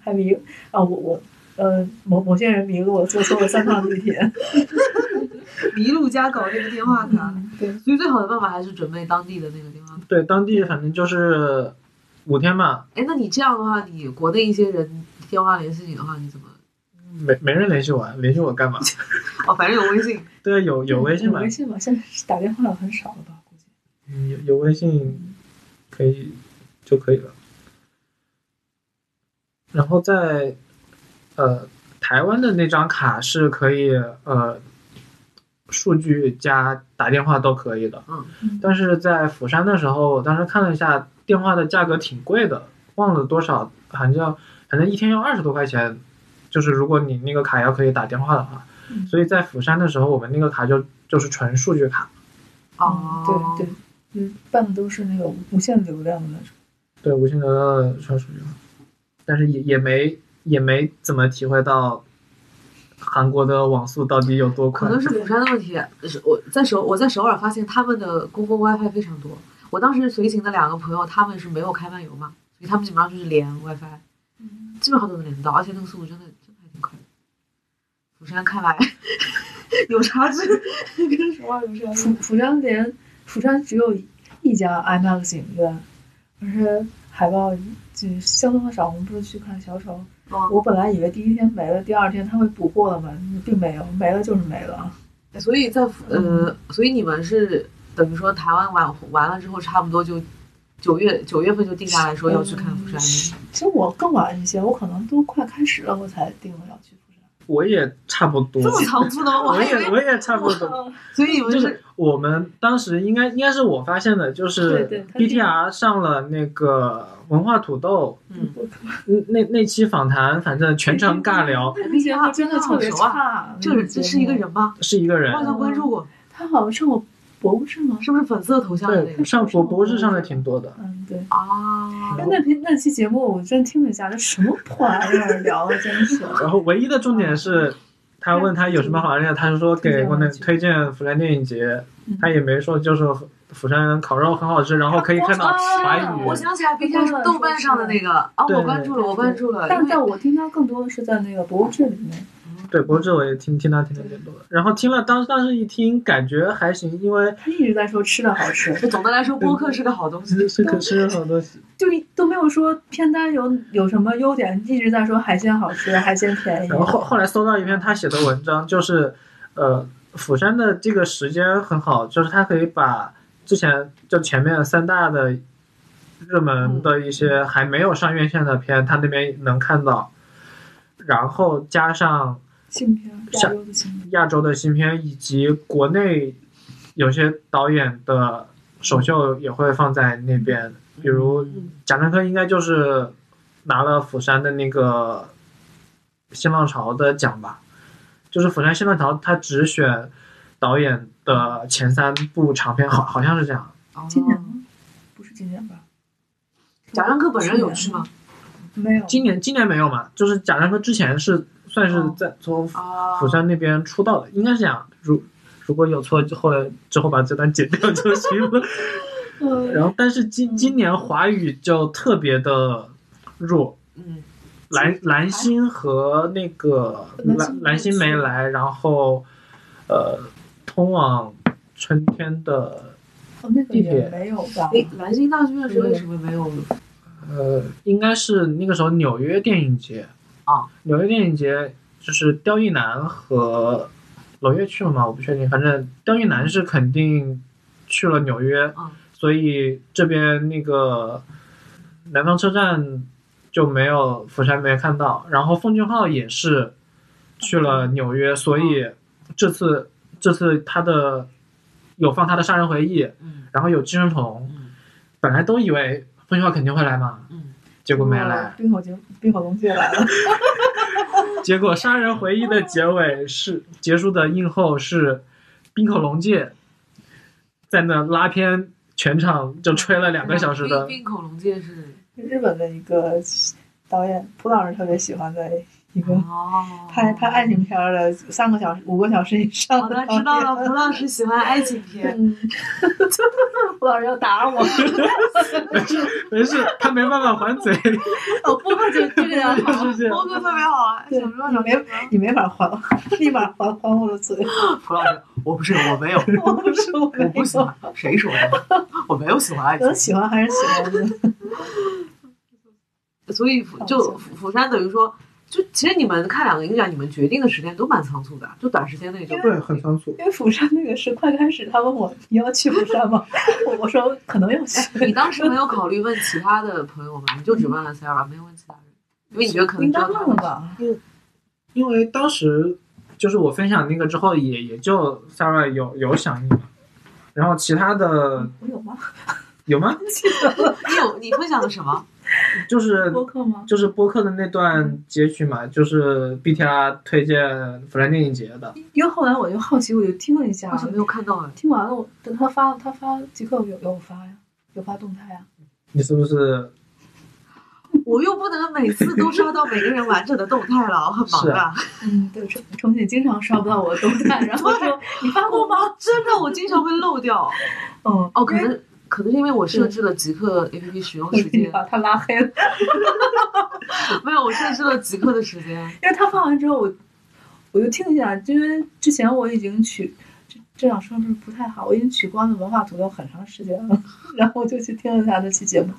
S2: 还迷啊我我呃某某些人迷路了，坐错了三趟地 [laughs] 铁，
S4: 迷路加搞那个电话卡，
S2: 嗯对。
S4: 所以最好的办法还是准备当地的那个电话卡。
S1: 对当地反正就是五天嘛，
S4: 哎，那你这样的话，你国内一些人电话联系你的话，你怎么？
S1: 没没人联系我，联系我
S4: [laughs]
S1: 干嘛？
S4: 哦，反正有微信，
S1: 对，有有微信嘛
S4: 嗯
S2: 有微，信吧，现在是打电话很少了吧？估计。
S1: 嗯有有微信可以就可以了。然后在呃台湾的那张卡是可以呃数据加打电话都可以的，
S2: 嗯
S1: 但是在釜山的时候，我当时看了一下电话的价格挺贵的，忘了多少，好像要反正一天要二十多块钱，就是如果你那个卡要可以打电话的话，
S2: 嗯
S1: 所以在釜山的时候，我们那个卡就就是纯数据卡。
S4: 哦，
S2: 啊对对，嗯，办的都是那个无限流量的那种。
S1: 对，无限流量的超数据化，但是也也没也没怎么体会到韩国的网速到底有多
S4: 可
S1: 快。
S4: 能是釜山的问题。是我在首我在首尔发现他们的公共 WiFi 非常多。我当时随行的两个朋友，他们是没有开漫游嘛，所以他们基本上就是连 WiFi，基本上都能连得到，而且那个速度真的真的还挺快的。釜山看来 [laughs] 有差距， [laughs] 跟首尔有差距。
S2: 釜釜山连釜山只有一家 IMAX 影院，而且海报就相当的少。我们不是去看小丑，
S4: 哦
S2: 我本来以为第一天没了，第二天他会补货了嘛，并没有，没了就是没了。
S4: 所以在釜呃，所以你们是等于说台湾玩完了之后，差不多就九月九月份就定下来说要去看釜山。
S2: 其实我更晚一些，我可能都快开始了，我才定了要去釜山。
S1: 我也差不多
S4: 这，么 [laughs] 仓促的吗？我
S1: 我
S4: 还以
S1: 也
S4: 为，
S1: 我也差不多。
S2: [laughs]
S4: 所以你们
S1: 就是是我们当时应该应该是我发现的，就是
S2: 对对他
S1: BTR 上了那个文化土豆，
S4: 嗯，
S1: 嗯那那期访谈，反正全程尬
S4: [laughs]
S1: 聊，
S2: [laughs] 那节目真的特别差，嗯
S4: 这人这是一个人吗？
S1: 是一个人
S4: 我好。像关注过，
S2: 他好像是我博物志吗？
S4: 是不是粉色头像的那
S1: 对，
S4: 个？
S1: 上博博士上的挺多的，
S2: 嗯，对。
S4: 啊
S2: 但那篇那期节目我真听了一下，这什么破玩意儿聊的，真
S1: [laughs]
S2: 是。
S1: 然后唯一的重点是，他问他有什么好玩的，他是说给我们推荐釜山电影节
S2: 嗯，
S1: 他也没说就是釜山烤肉很好吃，然后可以看到华语
S4: 我。想起来，B T 是豆瓣上的那个啊，
S1: 对
S4: 我关注了，我关注了。
S2: 但
S4: 因为
S2: 但我听他更多的是在那个博物志里面，
S1: 对，不过这我也听听他听的挺多的，然后听了当当时一听感觉还行，因为
S2: 他一直在说吃的好吃，
S4: 就总的来说，播客是个好东西。
S1: 是是可吃好多
S2: 就都没有说片单有有什么优点，一直在说海鲜好吃，海鲜便宜
S1: 然。后后后来搜到一篇他写的文章，就是，呃，釜山的这个时间很好，就是他可以把之前就前面三大的热门的一些还没有上院线的片，他那边能看到，然后加上
S2: 新片，
S1: 啊
S2: 亚洲的新片。
S1: 亚洲的新片以及国内有些导演的首秀也会放在那边，比如贾樟柯应该就是拿了釜山的那个新浪潮的奖吧，就是釜山新浪潮，他只选导演的前三部长片，好好像是这样。
S4: 哦
S2: 今年吗？不是今年吧？
S4: 贾樟柯本人有去吗？
S2: 没有。
S1: 今年今年没有嘛？就是贾樟柯之前是算是在从
S4: 啊，
S1: 釜山那边出道的，应该是这样。如如果有错，就后来之后把这段剪掉就行了。
S2: 呃，
S1: 然后，但是今今年华语就特别的弱，
S4: 嗯，
S1: 蓝蓝心和那个
S2: 蓝
S1: 蓝
S2: 心
S1: 蓝心没来，然后呃，通往春天的
S2: 哦那个
S1: 地铁
S2: 也没有吧？
S4: 哎，蓝星大剧院是为什么没有？嗯
S1: 呃，应该是那个时候纽约电影节
S4: 啊，
S1: 纽约电影节就是刁亦男和娄烨去了吗？我不确定，反正刁亦男是肯定去了纽约，
S4: 啊
S1: 所以这边那个南方车站就没有釜山没看到，然后奉俊昊也是去了纽约，所
S4: 啊
S1: 以这次这次他的有放他的《杀人回忆》，
S4: 嗯
S1: 然后有《寄生虫》，
S4: 嗯
S1: 本来都以为奉俊昊肯定会来嘛，
S4: 嗯，
S1: 结果没
S2: 哇
S1: 来。
S2: 呃冰火结冰火龙界来了， [laughs]
S1: 结果《杀人回忆》的结尾是结束的映后是冰口龙介在那拉片，全场就吹了两个小时的
S4: 冰冰口龙界是
S2: 日本的一个导演，蒲老师特别喜欢的一个
S4: 哦，
S2: 拍拍嗯爱情片儿的三个小时、五个小时以上
S4: 好
S2: 的
S4: 的，
S2: 导演。
S4: 知道了。蒲老师喜欢爱情
S2: [laughs]
S4: 片，
S2: 嗯，蒲老师要打我，
S1: 没事没事，他没办法还嘴，
S4: 哦
S2: 我播客就这样。
S1: 就是这样。
S3: 波哥特别好啊，
S2: 对
S3: 想不到想
S2: 没有
S3: 不到
S2: 你没法还，立马还还我的嘴。
S5: 蒲老师，我 [laughs] 不是，我没有，
S2: 我不是我
S5: 我不喜欢，谁说的？我没有喜欢爱
S2: 可能
S5: 情。
S2: 喜欢还是喜欢的。 [laughs]
S4: 所以釜就釜釜山等于说，就其实你们看两个影展，你们决定的时间都蛮仓促的，就短时间内就
S1: 对，很仓促。
S2: 因为釜山那个是快开始，他问我你要去釜山吗？ [laughs] 我我说可能要
S4: 你
S2: 去。
S4: 当时没有考虑问其他的朋友吗？你就只问了 Sarah，没有问其他人，因为你觉得可能
S2: 应
S4: 知
S2: 该
S4: 道
S2: 问
S4: 他
S2: 了吧？
S1: 因为当时就是我分享那个之后也，也就 Sarah 有有响应嘛，然后其他的
S2: 我有吗？ [laughs]
S1: 有吗？
S4: 你有你分享了什么？
S5: 嗯
S1: 就是
S2: 播客吗？
S1: 就是播客的那段截取嘛，就是 BTR 推荐釜山电影节的，
S2: 因为后来我就好奇，我就听了一下
S4: 为，什么没有看到啊？
S2: 听完了我等他发他发即刻有有发呀，有发动态啊呀。
S1: 你是不是？
S4: 我又不能每次都刷到每个人完整的动态了，我很忙
S1: 是
S4: 的。
S1: 啊
S2: 嗯，对，重重庆经常刷不到我的动态，然后 [laughs] 说你发过
S4: 我
S2: 吗？
S4: 忙，真的，我经常会漏掉。
S2: 嗯，
S4: 哦，可
S2: 因为
S4: 能可能是因为我设置了极客 APP 使用时
S2: 你
S4: 间，
S2: 把他拉黑了，
S4: 没有，我设置了极客的时间。
S2: 因为他发完之后我我就听一下，因为之前我已经取这这样说是不是不太好，我已经取关了文化土豆很长时间了， [laughs] 然后我就去听了他那期节目。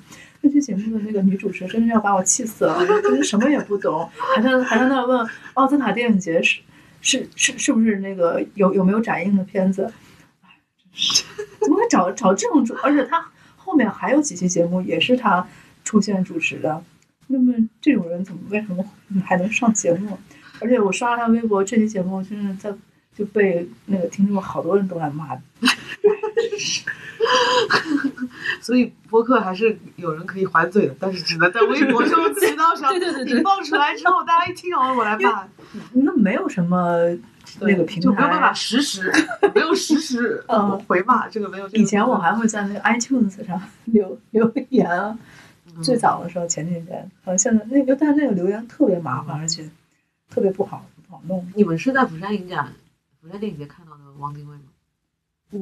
S2: 那期节目的那个女主持真的要把我气死了，就是什么也不懂，还在还在那问奥斯卡电影节是是是是不是那个有有没有展映的片子？ [laughs] 哎真是怎么会找找这种主？而且他后面还有几期节目也是他出现主持的，那么这种人怎么为什么还能上节目？而且我刷了他微博，这期节目真的在就被那个听众好多人都来骂，
S4: 所以播客还是有人可以还嘴的，但是只能在微博这种渠道 [laughs] 上。
S2: 对对对对
S4: 你放出来之后，大家一听哦，我来骂，
S2: 那没有什么
S4: 对
S2: 那个平
S4: 就没有办法
S2: 台。
S4: 实时，没有实时
S2: 嗯
S4: 回骂，这个没有。这个
S2: 以前我还会在那个 iTunes 上 [laughs] 留留言啊，
S4: 嗯
S2: 最早的时候前几年，好像现在那个但是那个留言特别麻烦，而且特别不好不好弄。
S4: 你们是在釜山影展、釜山电影节看到的汪精卫吗？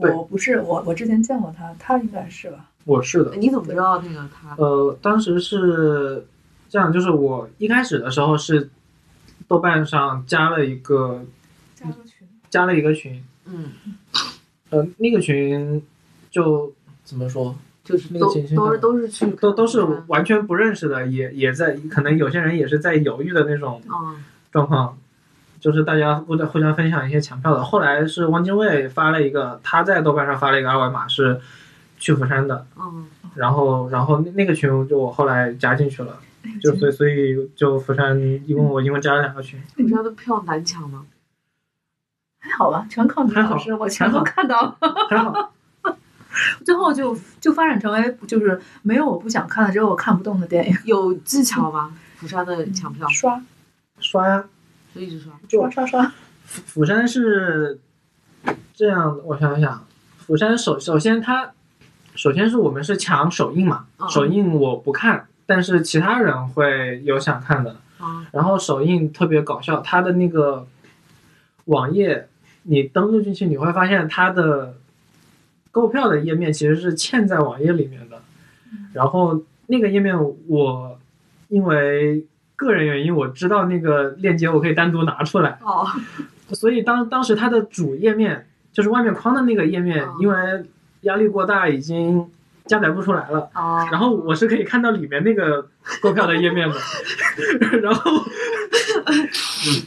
S1: 对
S2: 我不是我，我之前见过他，他应该是吧？
S1: 我是的
S4: 哎，你怎么知道那个他？
S1: 呃，当时是这样，就是我一开始的时候是豆瓣上加了一个
S2: 加个 [laughs] 群，
S1: 加了一个群，
S4: 嗯，
S1: 呃，那个群就怎么说，
S4: 就是
S1: 那个
S4: 都
S1: 信息
S4: 都
S1: 上
S4: 是都是去
S1: 都都是
S4: 看釜山
S1: 完全不认识的，也也在可能有些人也是在犹豫的那种
S4: 嗯
S1: 状况，就是大家互相互相分享一些抢票的。后来是汪精卫发了一个，他在豆瓣上发了一个二维码是去釜山的，
S4: 嗯，
S1: 然后然后那那个群就我后来加进去了，就所以所以就釜山一共我一共加了两个群，
S4: 釜山的票难抢吗？
S2: 还好吧，全靠你
S1: 还好
S2: 老师，我全
S1: 还
S2: 都
S1: 好
S2: 看到了。
S1: 还好
S2: 最后就就发展成为就是没有我不想看的，只有我看不动的电影。
S4: 有技巧吗？釜山的抢票
S2: 刷
S1: 刷呀，
S4: 就一直刷，
S2: 刷刷刷，
S1: 釜釜山是这样的，我想想，釜山首首先它首先是我们是抢首映嘛，
S4: 嗯
S1: 首映我不看，但是其他人会有想看的。
S4: 啊，
S1: 然后首映特别搞笑，它的那个网页你登录进去，你会发现它的购票的页面其实是嵌在网页里面的。然后那个页面我因为个人原因，我知道那个链接我可以单独拿出来，
S4: 哦，
S1: 所以当当时它的主页面就是外面框的那个页面
S4: 哦，
S1: 因为压力过大已经加载不出来了。
S4: 哦，
S1: 然后我是可以看到里面那个购票的页面的， [laughs] 然后，嗯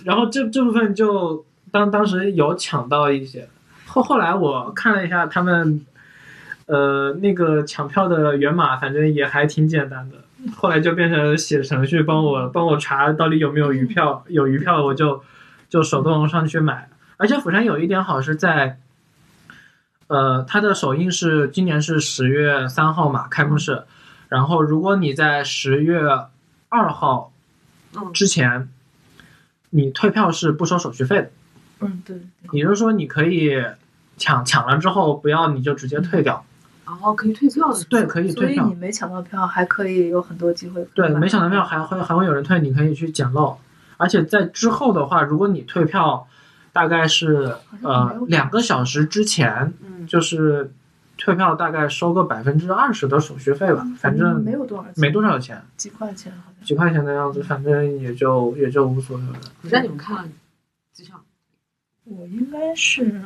S1: 然后这这部分就当当时有抢到一些，后后来我看了一下他们，呃，那个抢票的源码，反正也还挺简单的。后来就变成写程序帮我帮我查到底有没有余票，有余票我就就手动上去买。而且釜山有一点好是在，呃，它的首映是今年是十月三号嘛，开幕式，然后如果你在十月二号
S4: 嗯
S1: 之前，你退票是不收手续费的，
S2: 嗯，对，
S1: 也就是说你可以抢抢了之后不要你就直接退掉，
S2: 嗯
S4: 然后可以退票的。
S1: 对，可以
S2: 所
S1: 退
S2: 以
S1: 票
S2: 你。没抢到票，还可以有很多机会。
S1: 对，没抢到票。还会还会有人退，你可以去捡漏。而且在之后的话，如果你退票，大概是
S2: 像没
S1: 呃
S2: 有
S1: 两个小时之前，
S4: 嗯，
S1: 就是退票大概收个百分之二十的手续费吧，反正
S2: 嗯没有多少钱，
S1: 没多少钱，
S2: 几块钱好像。
S1: 几块钱的样子，反正也就也就无所谓了。
S4: 你在你们看几场？
S2: 我应该是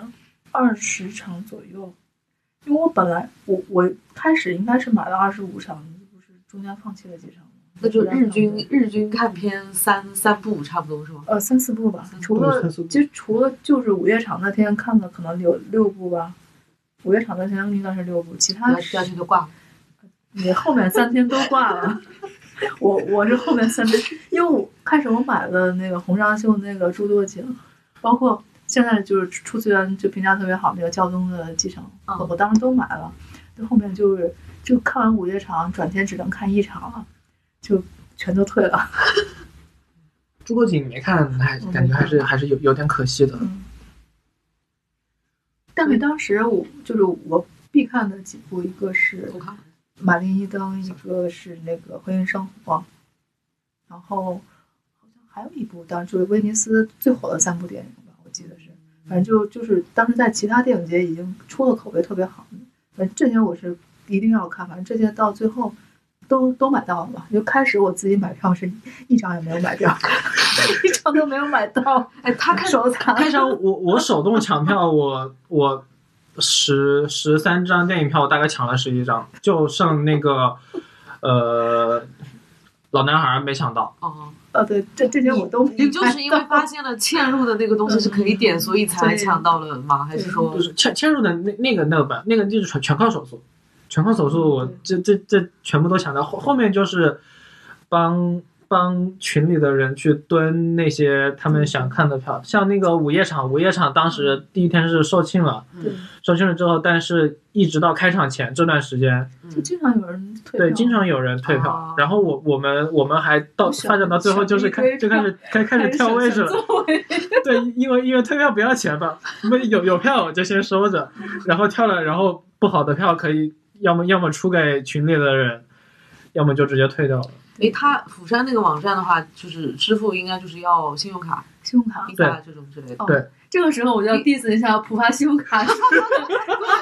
S2: 二十场左右，因为我本来我我开始应该是买了二十五场，不是中间放弃了几场吗
S4: 那就日
S2: 不知
S4: 均
S2: 道
S4: 日均看片三三部差不多是吗？
S2: 呃三四部吧
S4: 三，
S2: 除
S1: 对
S2: 了
S1: 三四部
S2: 其实除了就是午夜场那天看的可能有六部吧，午夜场那天应该是六部，其
S4: 第
S2: 他
S4: 二第二天就挂了。
S2: 你后面三天都挂了。 [laughs] 我我是后面三天，因为我开始我买了那个洪尚秀那个《诸多景》，包括现在就是出资源就评价特别好那个教宗的继承，
S4: 嗯
S2: 我我当时都买了。就后面就是就看完午夜场，转天只能看一场了，就全都退了。
S1: 朱国锦没看，还
S2: 嗯
S1: 感觉还是还是有有点可惜的。
S2: 嗯。但是当时我就是我必看的几部，一个是
S4: 我看了
S2: 马林一灯，一个是那个婚姻生活，然后好像还有一部，当然就是威尼斯最火的三部电影吧，我记得是，反正就就是当时在其他电影节已经出了口碑特别好的，反正这些我是一定要看，反正这些到最后都都买到了吧，就开始我自己买票是一张也没有买掉， [laughs] 一张都没有买到，
S4: 哎，他看
S2: 手残，
S1: 开场我我手动抢票，我我十十三张电影票，我大概抢了十一张，就剩那个呃老男孩没抢到。
S4: 哦，
S2: 呃对，这这些我都哦没
S4: 你就是因为发现了嵌入的那个东西是可以点，所以才
S2: 对
S4: 抢到了吗？还是说
S1: 就是嵌嵌入的那那个那个版，那个就是全全靠手速，全靠手速，我
S2: 嗯
S1: 这这这全部都抢到。后后面就是帮帮群里的人去蹲那些他们想看的票，像那个午夜场，午夜场当时第一天是售罄了，
S2: 对，
S1: 售罄了之后，但是一直到开场前这段时间，
S2: 就经常有人退票，
S1: 对，经常有人退票。
S4: 哦
S1: 然后我我们我们还到
S2: 小
S1: 发展到最后就是
S2: 小一
S1: 开
S2: 堆
S1: 就开始开开始跳位置了，
S2: [laughs]
S1: 对，因为因为退票不要钱吧，不有有票我就先收着，然后跳了，然后不好的票可以要么要么出给群里的人，要么就直接退掉了。
S4: 哎，他釜山那个网站的话，就是支付应该就是要信用卡、
S2: 信用卡
S4: Visa 这种之类的
S2: 哦。
S1: 对
S2: 这个时候我就要 diss 一下浦发信用卡，
S4: [laughs]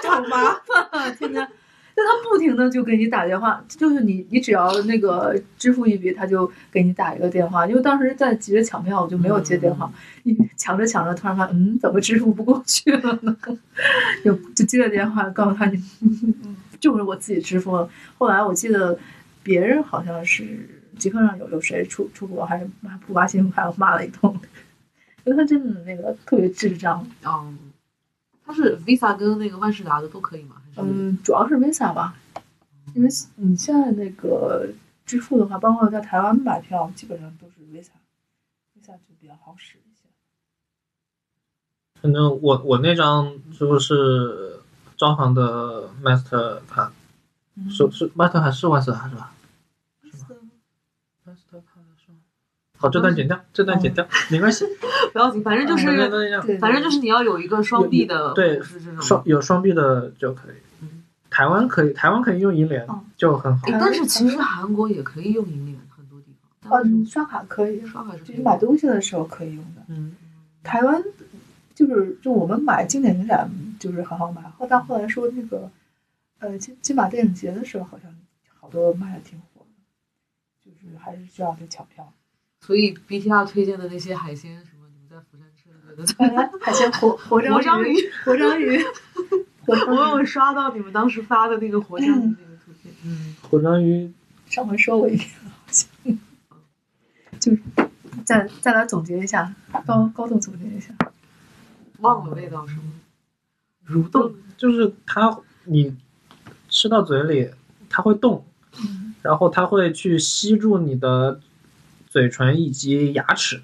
S4: 懂吗？
S2: [laughs] 天天，但他不停的就给你打电话，就是你你只要那个支付一笔，他就给你打一个电话。因为当时在急着抢票，我就没有接电话。
S4: 嗯
S2: 你抢着抢着，突然发现，嗯，怎么支付不过去了呢？ [laughs] 就就接了电话，告诉他你
S4: 嗯
S2: [laughs] 就是我自己支付了。后来我记得别人好像是极客上有有谁出出国，还是还浦发信用卡骂了一通。 [laughs] 因为他真的那个特别智障，
S4: 哦，他是 Visa 跟那个万事达的都可以吗？还是
S2: 嗯，主要是 Visa 吧，因为你现在那个支付的话，包括在台湾买票，基本上都是 Visa，Visa 就比较好使一些。
S1: 反正我我那张就是招行的 Master 卡，
S2: 嗯
S1: 是是 Master 卡是万斯卡是吧？Master 卡是吗？哦好，这段剪掉，这段剪掉，没 [laughs] 关系，
S4: 不要紧，反正就
S1: 我们就
S4: 是
S1: 这样
S2: 对，
S4: 反正就是你要有一个双臂的，
S1: 对
S4: 是这种
S1: 双。有双臂的就可以
S4: 嗯。
S1: 台湾可以，台湾可以用银联
S2: 哦，
S1: 就很好
S4: 哎。但是其实韩国也可以用银联，很多地方。
S2: 哦，
S4: 但
S2: 你
S4: 是
S2: 刷卡可以，
S4: 刷卡是可
S2: 就是
S4: 以用
S2: 买东西的时候可以用的。
S1: 嗯，
S2: 台湾就是就我们买经典影展就是很好买，后但后来说那个呃金金马电影节的时候，好像好多卖的挺火的，就是还是需要去抢
S4: [laughs]
S2: 票。
S4: 所以 BTR 推荐的那些海鲜什么，你们在釜山吃的
S2: 大家海鲜活活
S4: 活章
S2: 章鱼，
S4: 鱼，
S2: 活章鱼，活章鱼
S4: 我有刷到你们当时发的那个活章鱼那个图片。
S5: 嗯，
S1: 火章鱼
S2: 上回说过一遍，好像，就是再再来总结一下，高高度总结一下，
S4: 忘了味道是吗？
S1: 蠕动，
S4: 嗯
S1: 就是它你吃到嘴里，它会动，
S2: 嗯
S1: 然后它会去吸住你的嘴唇以及牙齿，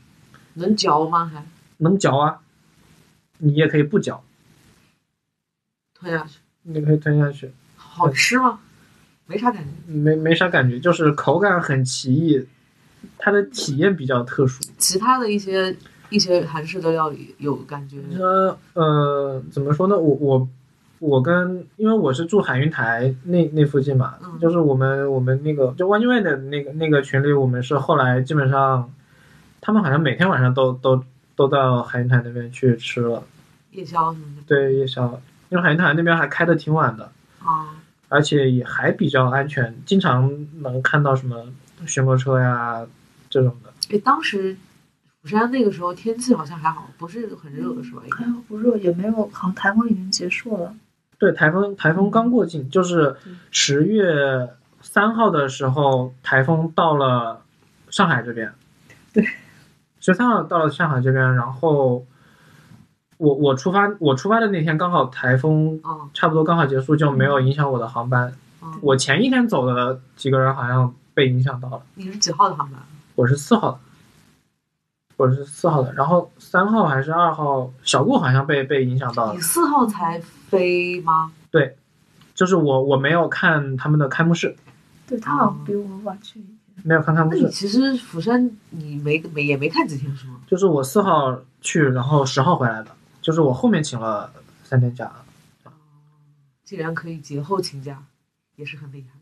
S4: 能嚼吗？还
S1: 能嚼啊，你也可以不嚼，
S4: 吞下去？
S1: 你也可以吞下去。
S4: 好吃吗？没啥感觉。
S1: 没没啥感觉，就是口感很奇异，它的体验比较特殊。
S4: 其他的一些一些韩式的料理有感觉，
S1: 那呃，怎么说呢？我我我跟因为我是住海云台那那附近嘛，
S4: 嗯
S1: 就是我们我们那个就 One Way 的那个那个群里，我们是后来基本上，他们好像每天晚上都都都到海云台那边去吃了，
S4: 夜宵什么的。
S1: 对夜宵，因为海云台那边还开的挺晚的，
S4: 啊，
S1: 而且也还比较安全，经常能看到什么巡逻车呀这种的。
S4: 哎，当时釜山那个时候天气好像还好，不是很热是吧？应该
S2: 还好哎不热，也没有，好像台风已经结束了。
S1: 对，台风台风刚过境，就是十月三号的时候，台风到了上海这边。
S2: 对，
S1: 十三号到了上海这边，然后我我出发我出发的那天刚好台风
S4: 啊
S1: 差不多刚好结束，就没有影响我的航班。
S4: 啊，
S1: 我前一天走的几个人好像被影响到了，
S4: 你是几号的航班？
S1: 我是四号的。我是四号的，然后三号还是二号，小顾好像被被影响到了
S4: 你。四号才飞吗？
S1: 就是我我没有看他们的开幕式，
S2: 对他好像比我们晚去一天。
S1: 没有看开幕
S4: 那你
S1: 式，
S4: 其实釜山你没没也没看几天是吗？
S1: 就是我四号去，然后十号回来的，就是我后面请了三天假。
S4: 竟然可以节后请假，也是很厉害。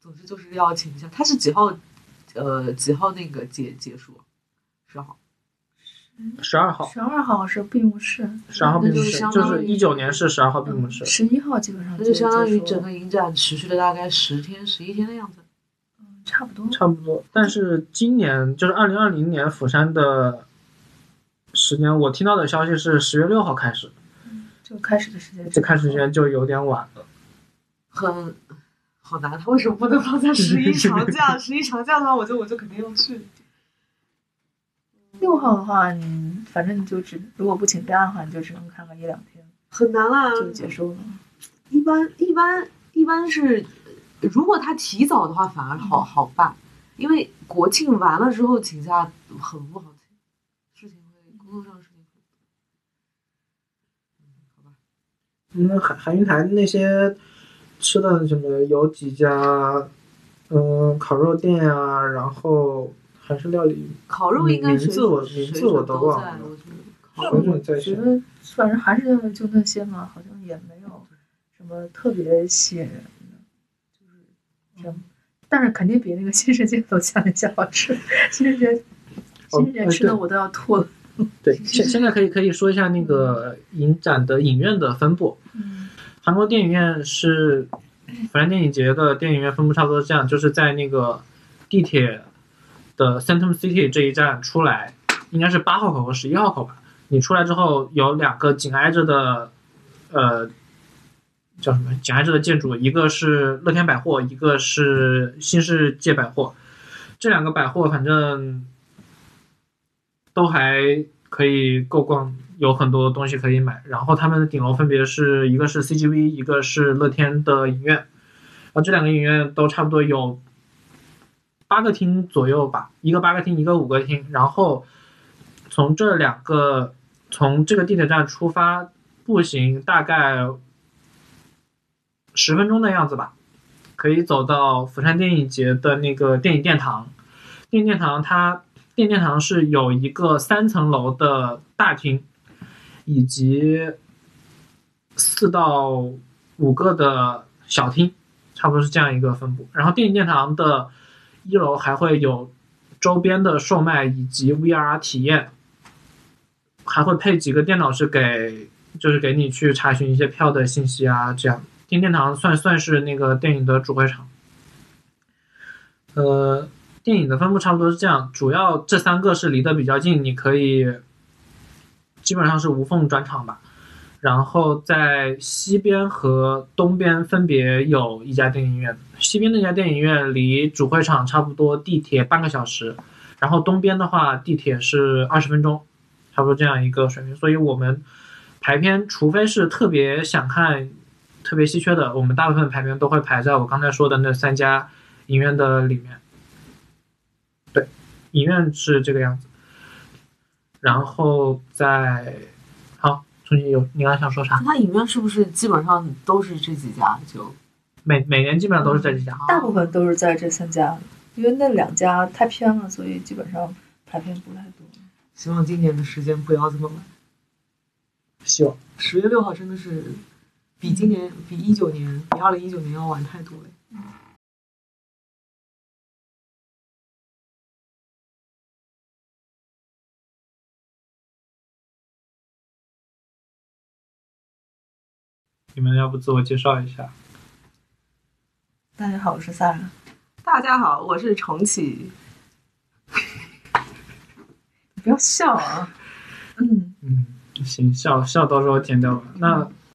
S4: 总之就是要请假，他是几号？呃，几号那个结结束？十号。
S1: 十二号，
S2: 十二号是闭幕式，
S1: 十二号闭幕式
S4: 那，就
S1: 就是
S4: 相当
S1: 是
S4: 于
S1: 一九年是十二号闭幕式，
S2: 十一号基本上
S4: 那就
S2: 结束
S4: 相
S2: 了
S4: 当于整个影展持续了大概十天、十一天的样子。
S2: 嗯差不多。
S1: 差不多。但是今年就是二零二零年釜山的时间，我听到的消息是十月六号开始，
S2: 就开始的时间，
S1: 这开始时间就有点晚了。
S4: 很好难，啊他为什么不能放在十一长假？十一长假的话，我就我就肯定要去。
S2: 六号的话，你反正你就只如果不请假的话，你就只能看个一两天
S4: 很难啊啦、
S2: 就结束了。
S4: 一般一般一般是，如果他提早的话，反而好好办，因为国庆完了之后请假很不好请，事情会工作上的事情会。嗯，好吧，
S1: 那海海云台那些吃的什么，有几家，嗯、烤肉店呀、然后韩式料理
S4: 烤肉应
S1: 嗯
S4: 该
S1: 名
S4: 水
S1: 字我
S4: 准水
S1: 名字
S4: 准
S1: 我都
S4: 都
S1: 忘
S4: 在，
S1: 了
S4: 我觉得烤
S1: 水
S4: 肉
S1: 准在
S2: 觉
S1: 线。
S2: 得反正还是就那些嘛，好像也没有什么特别吸引人的，就是挺，但是肯定比那个新世界楼下那些好吃。新世界，新世界吃的我都要吐了。
S1: 对，现现在可以可以说一下那个影展的影院的分布。
S2: 嗯，
S1: 韩国电影院是釜山电影节的电影院分布差不多是这样，就是在那个地铁的 Centrum City 这一站出来，应该是八号口和十一号口吧。你出来之后有两个紧挨着的，呃，叫什么？紧挨着的建筑，一个是乐天百货，一个是新世界百货。这两个百货反正都还可以够逛，有很多东西可以买。然后他们的顶楼分别是一个是 CGV，一个是乐天的影院，然后这两个影院都差不多有八个厅左右吧，一个八个厅，一个五个厅。然后从这两个从这个地铁站出发，步行大概十分钟的样子吧，可以走到釜山电影节的那个电影殿堂。电影殿堂它电影殿堂是有一个三层楼的大厅，以及四到五个的小厅，差不多是这样一个分布。然后电影殿堂的一楼还会有周边的售卖以及 VR 体验，还会配几个电脑是给就是给你去查询一些票的信息啊，这样。电影殿堂算算是那个电影的主会场，呃，电影的分布差不多是这样，主要这三个是离得比较近，你可以基本上是无缝转场吧。然后在西边和东边分别有一家电影院，西边那家电影院离主会场差不多地铁半个小时，然后东边的话地铁是二十分钟，差不多这样一个水平。所以我们排片，除非是特别想看、特别稀缺的，我们大部分排片都会排在我刚才说的那三家影院的里面。影院是这个样子，然后再好，重新有你刚才想说啥？
S4: 那影院是不是基本上都是这几家就
S1: 每每年基本上都是这几
S4: 嗯
S1: 家。
S2: 大部分都是在这三家，因为那两家太偏了，所以基本上排片不太多。
S4: 希望今年的时间不要这么晚。
S1: 希望
S4: 十月六号真的是比今年、比一九年、比二零一九年要晚太多了。
S1: 你们要不自我介绍一下？
S2: 大家好，我是萨拉。
S6: 大家好，我是重启。 [laughs]
S2: 你不要笑啊！嗯，
S1: 嗯，行，笑笑到时候剪掉吧。那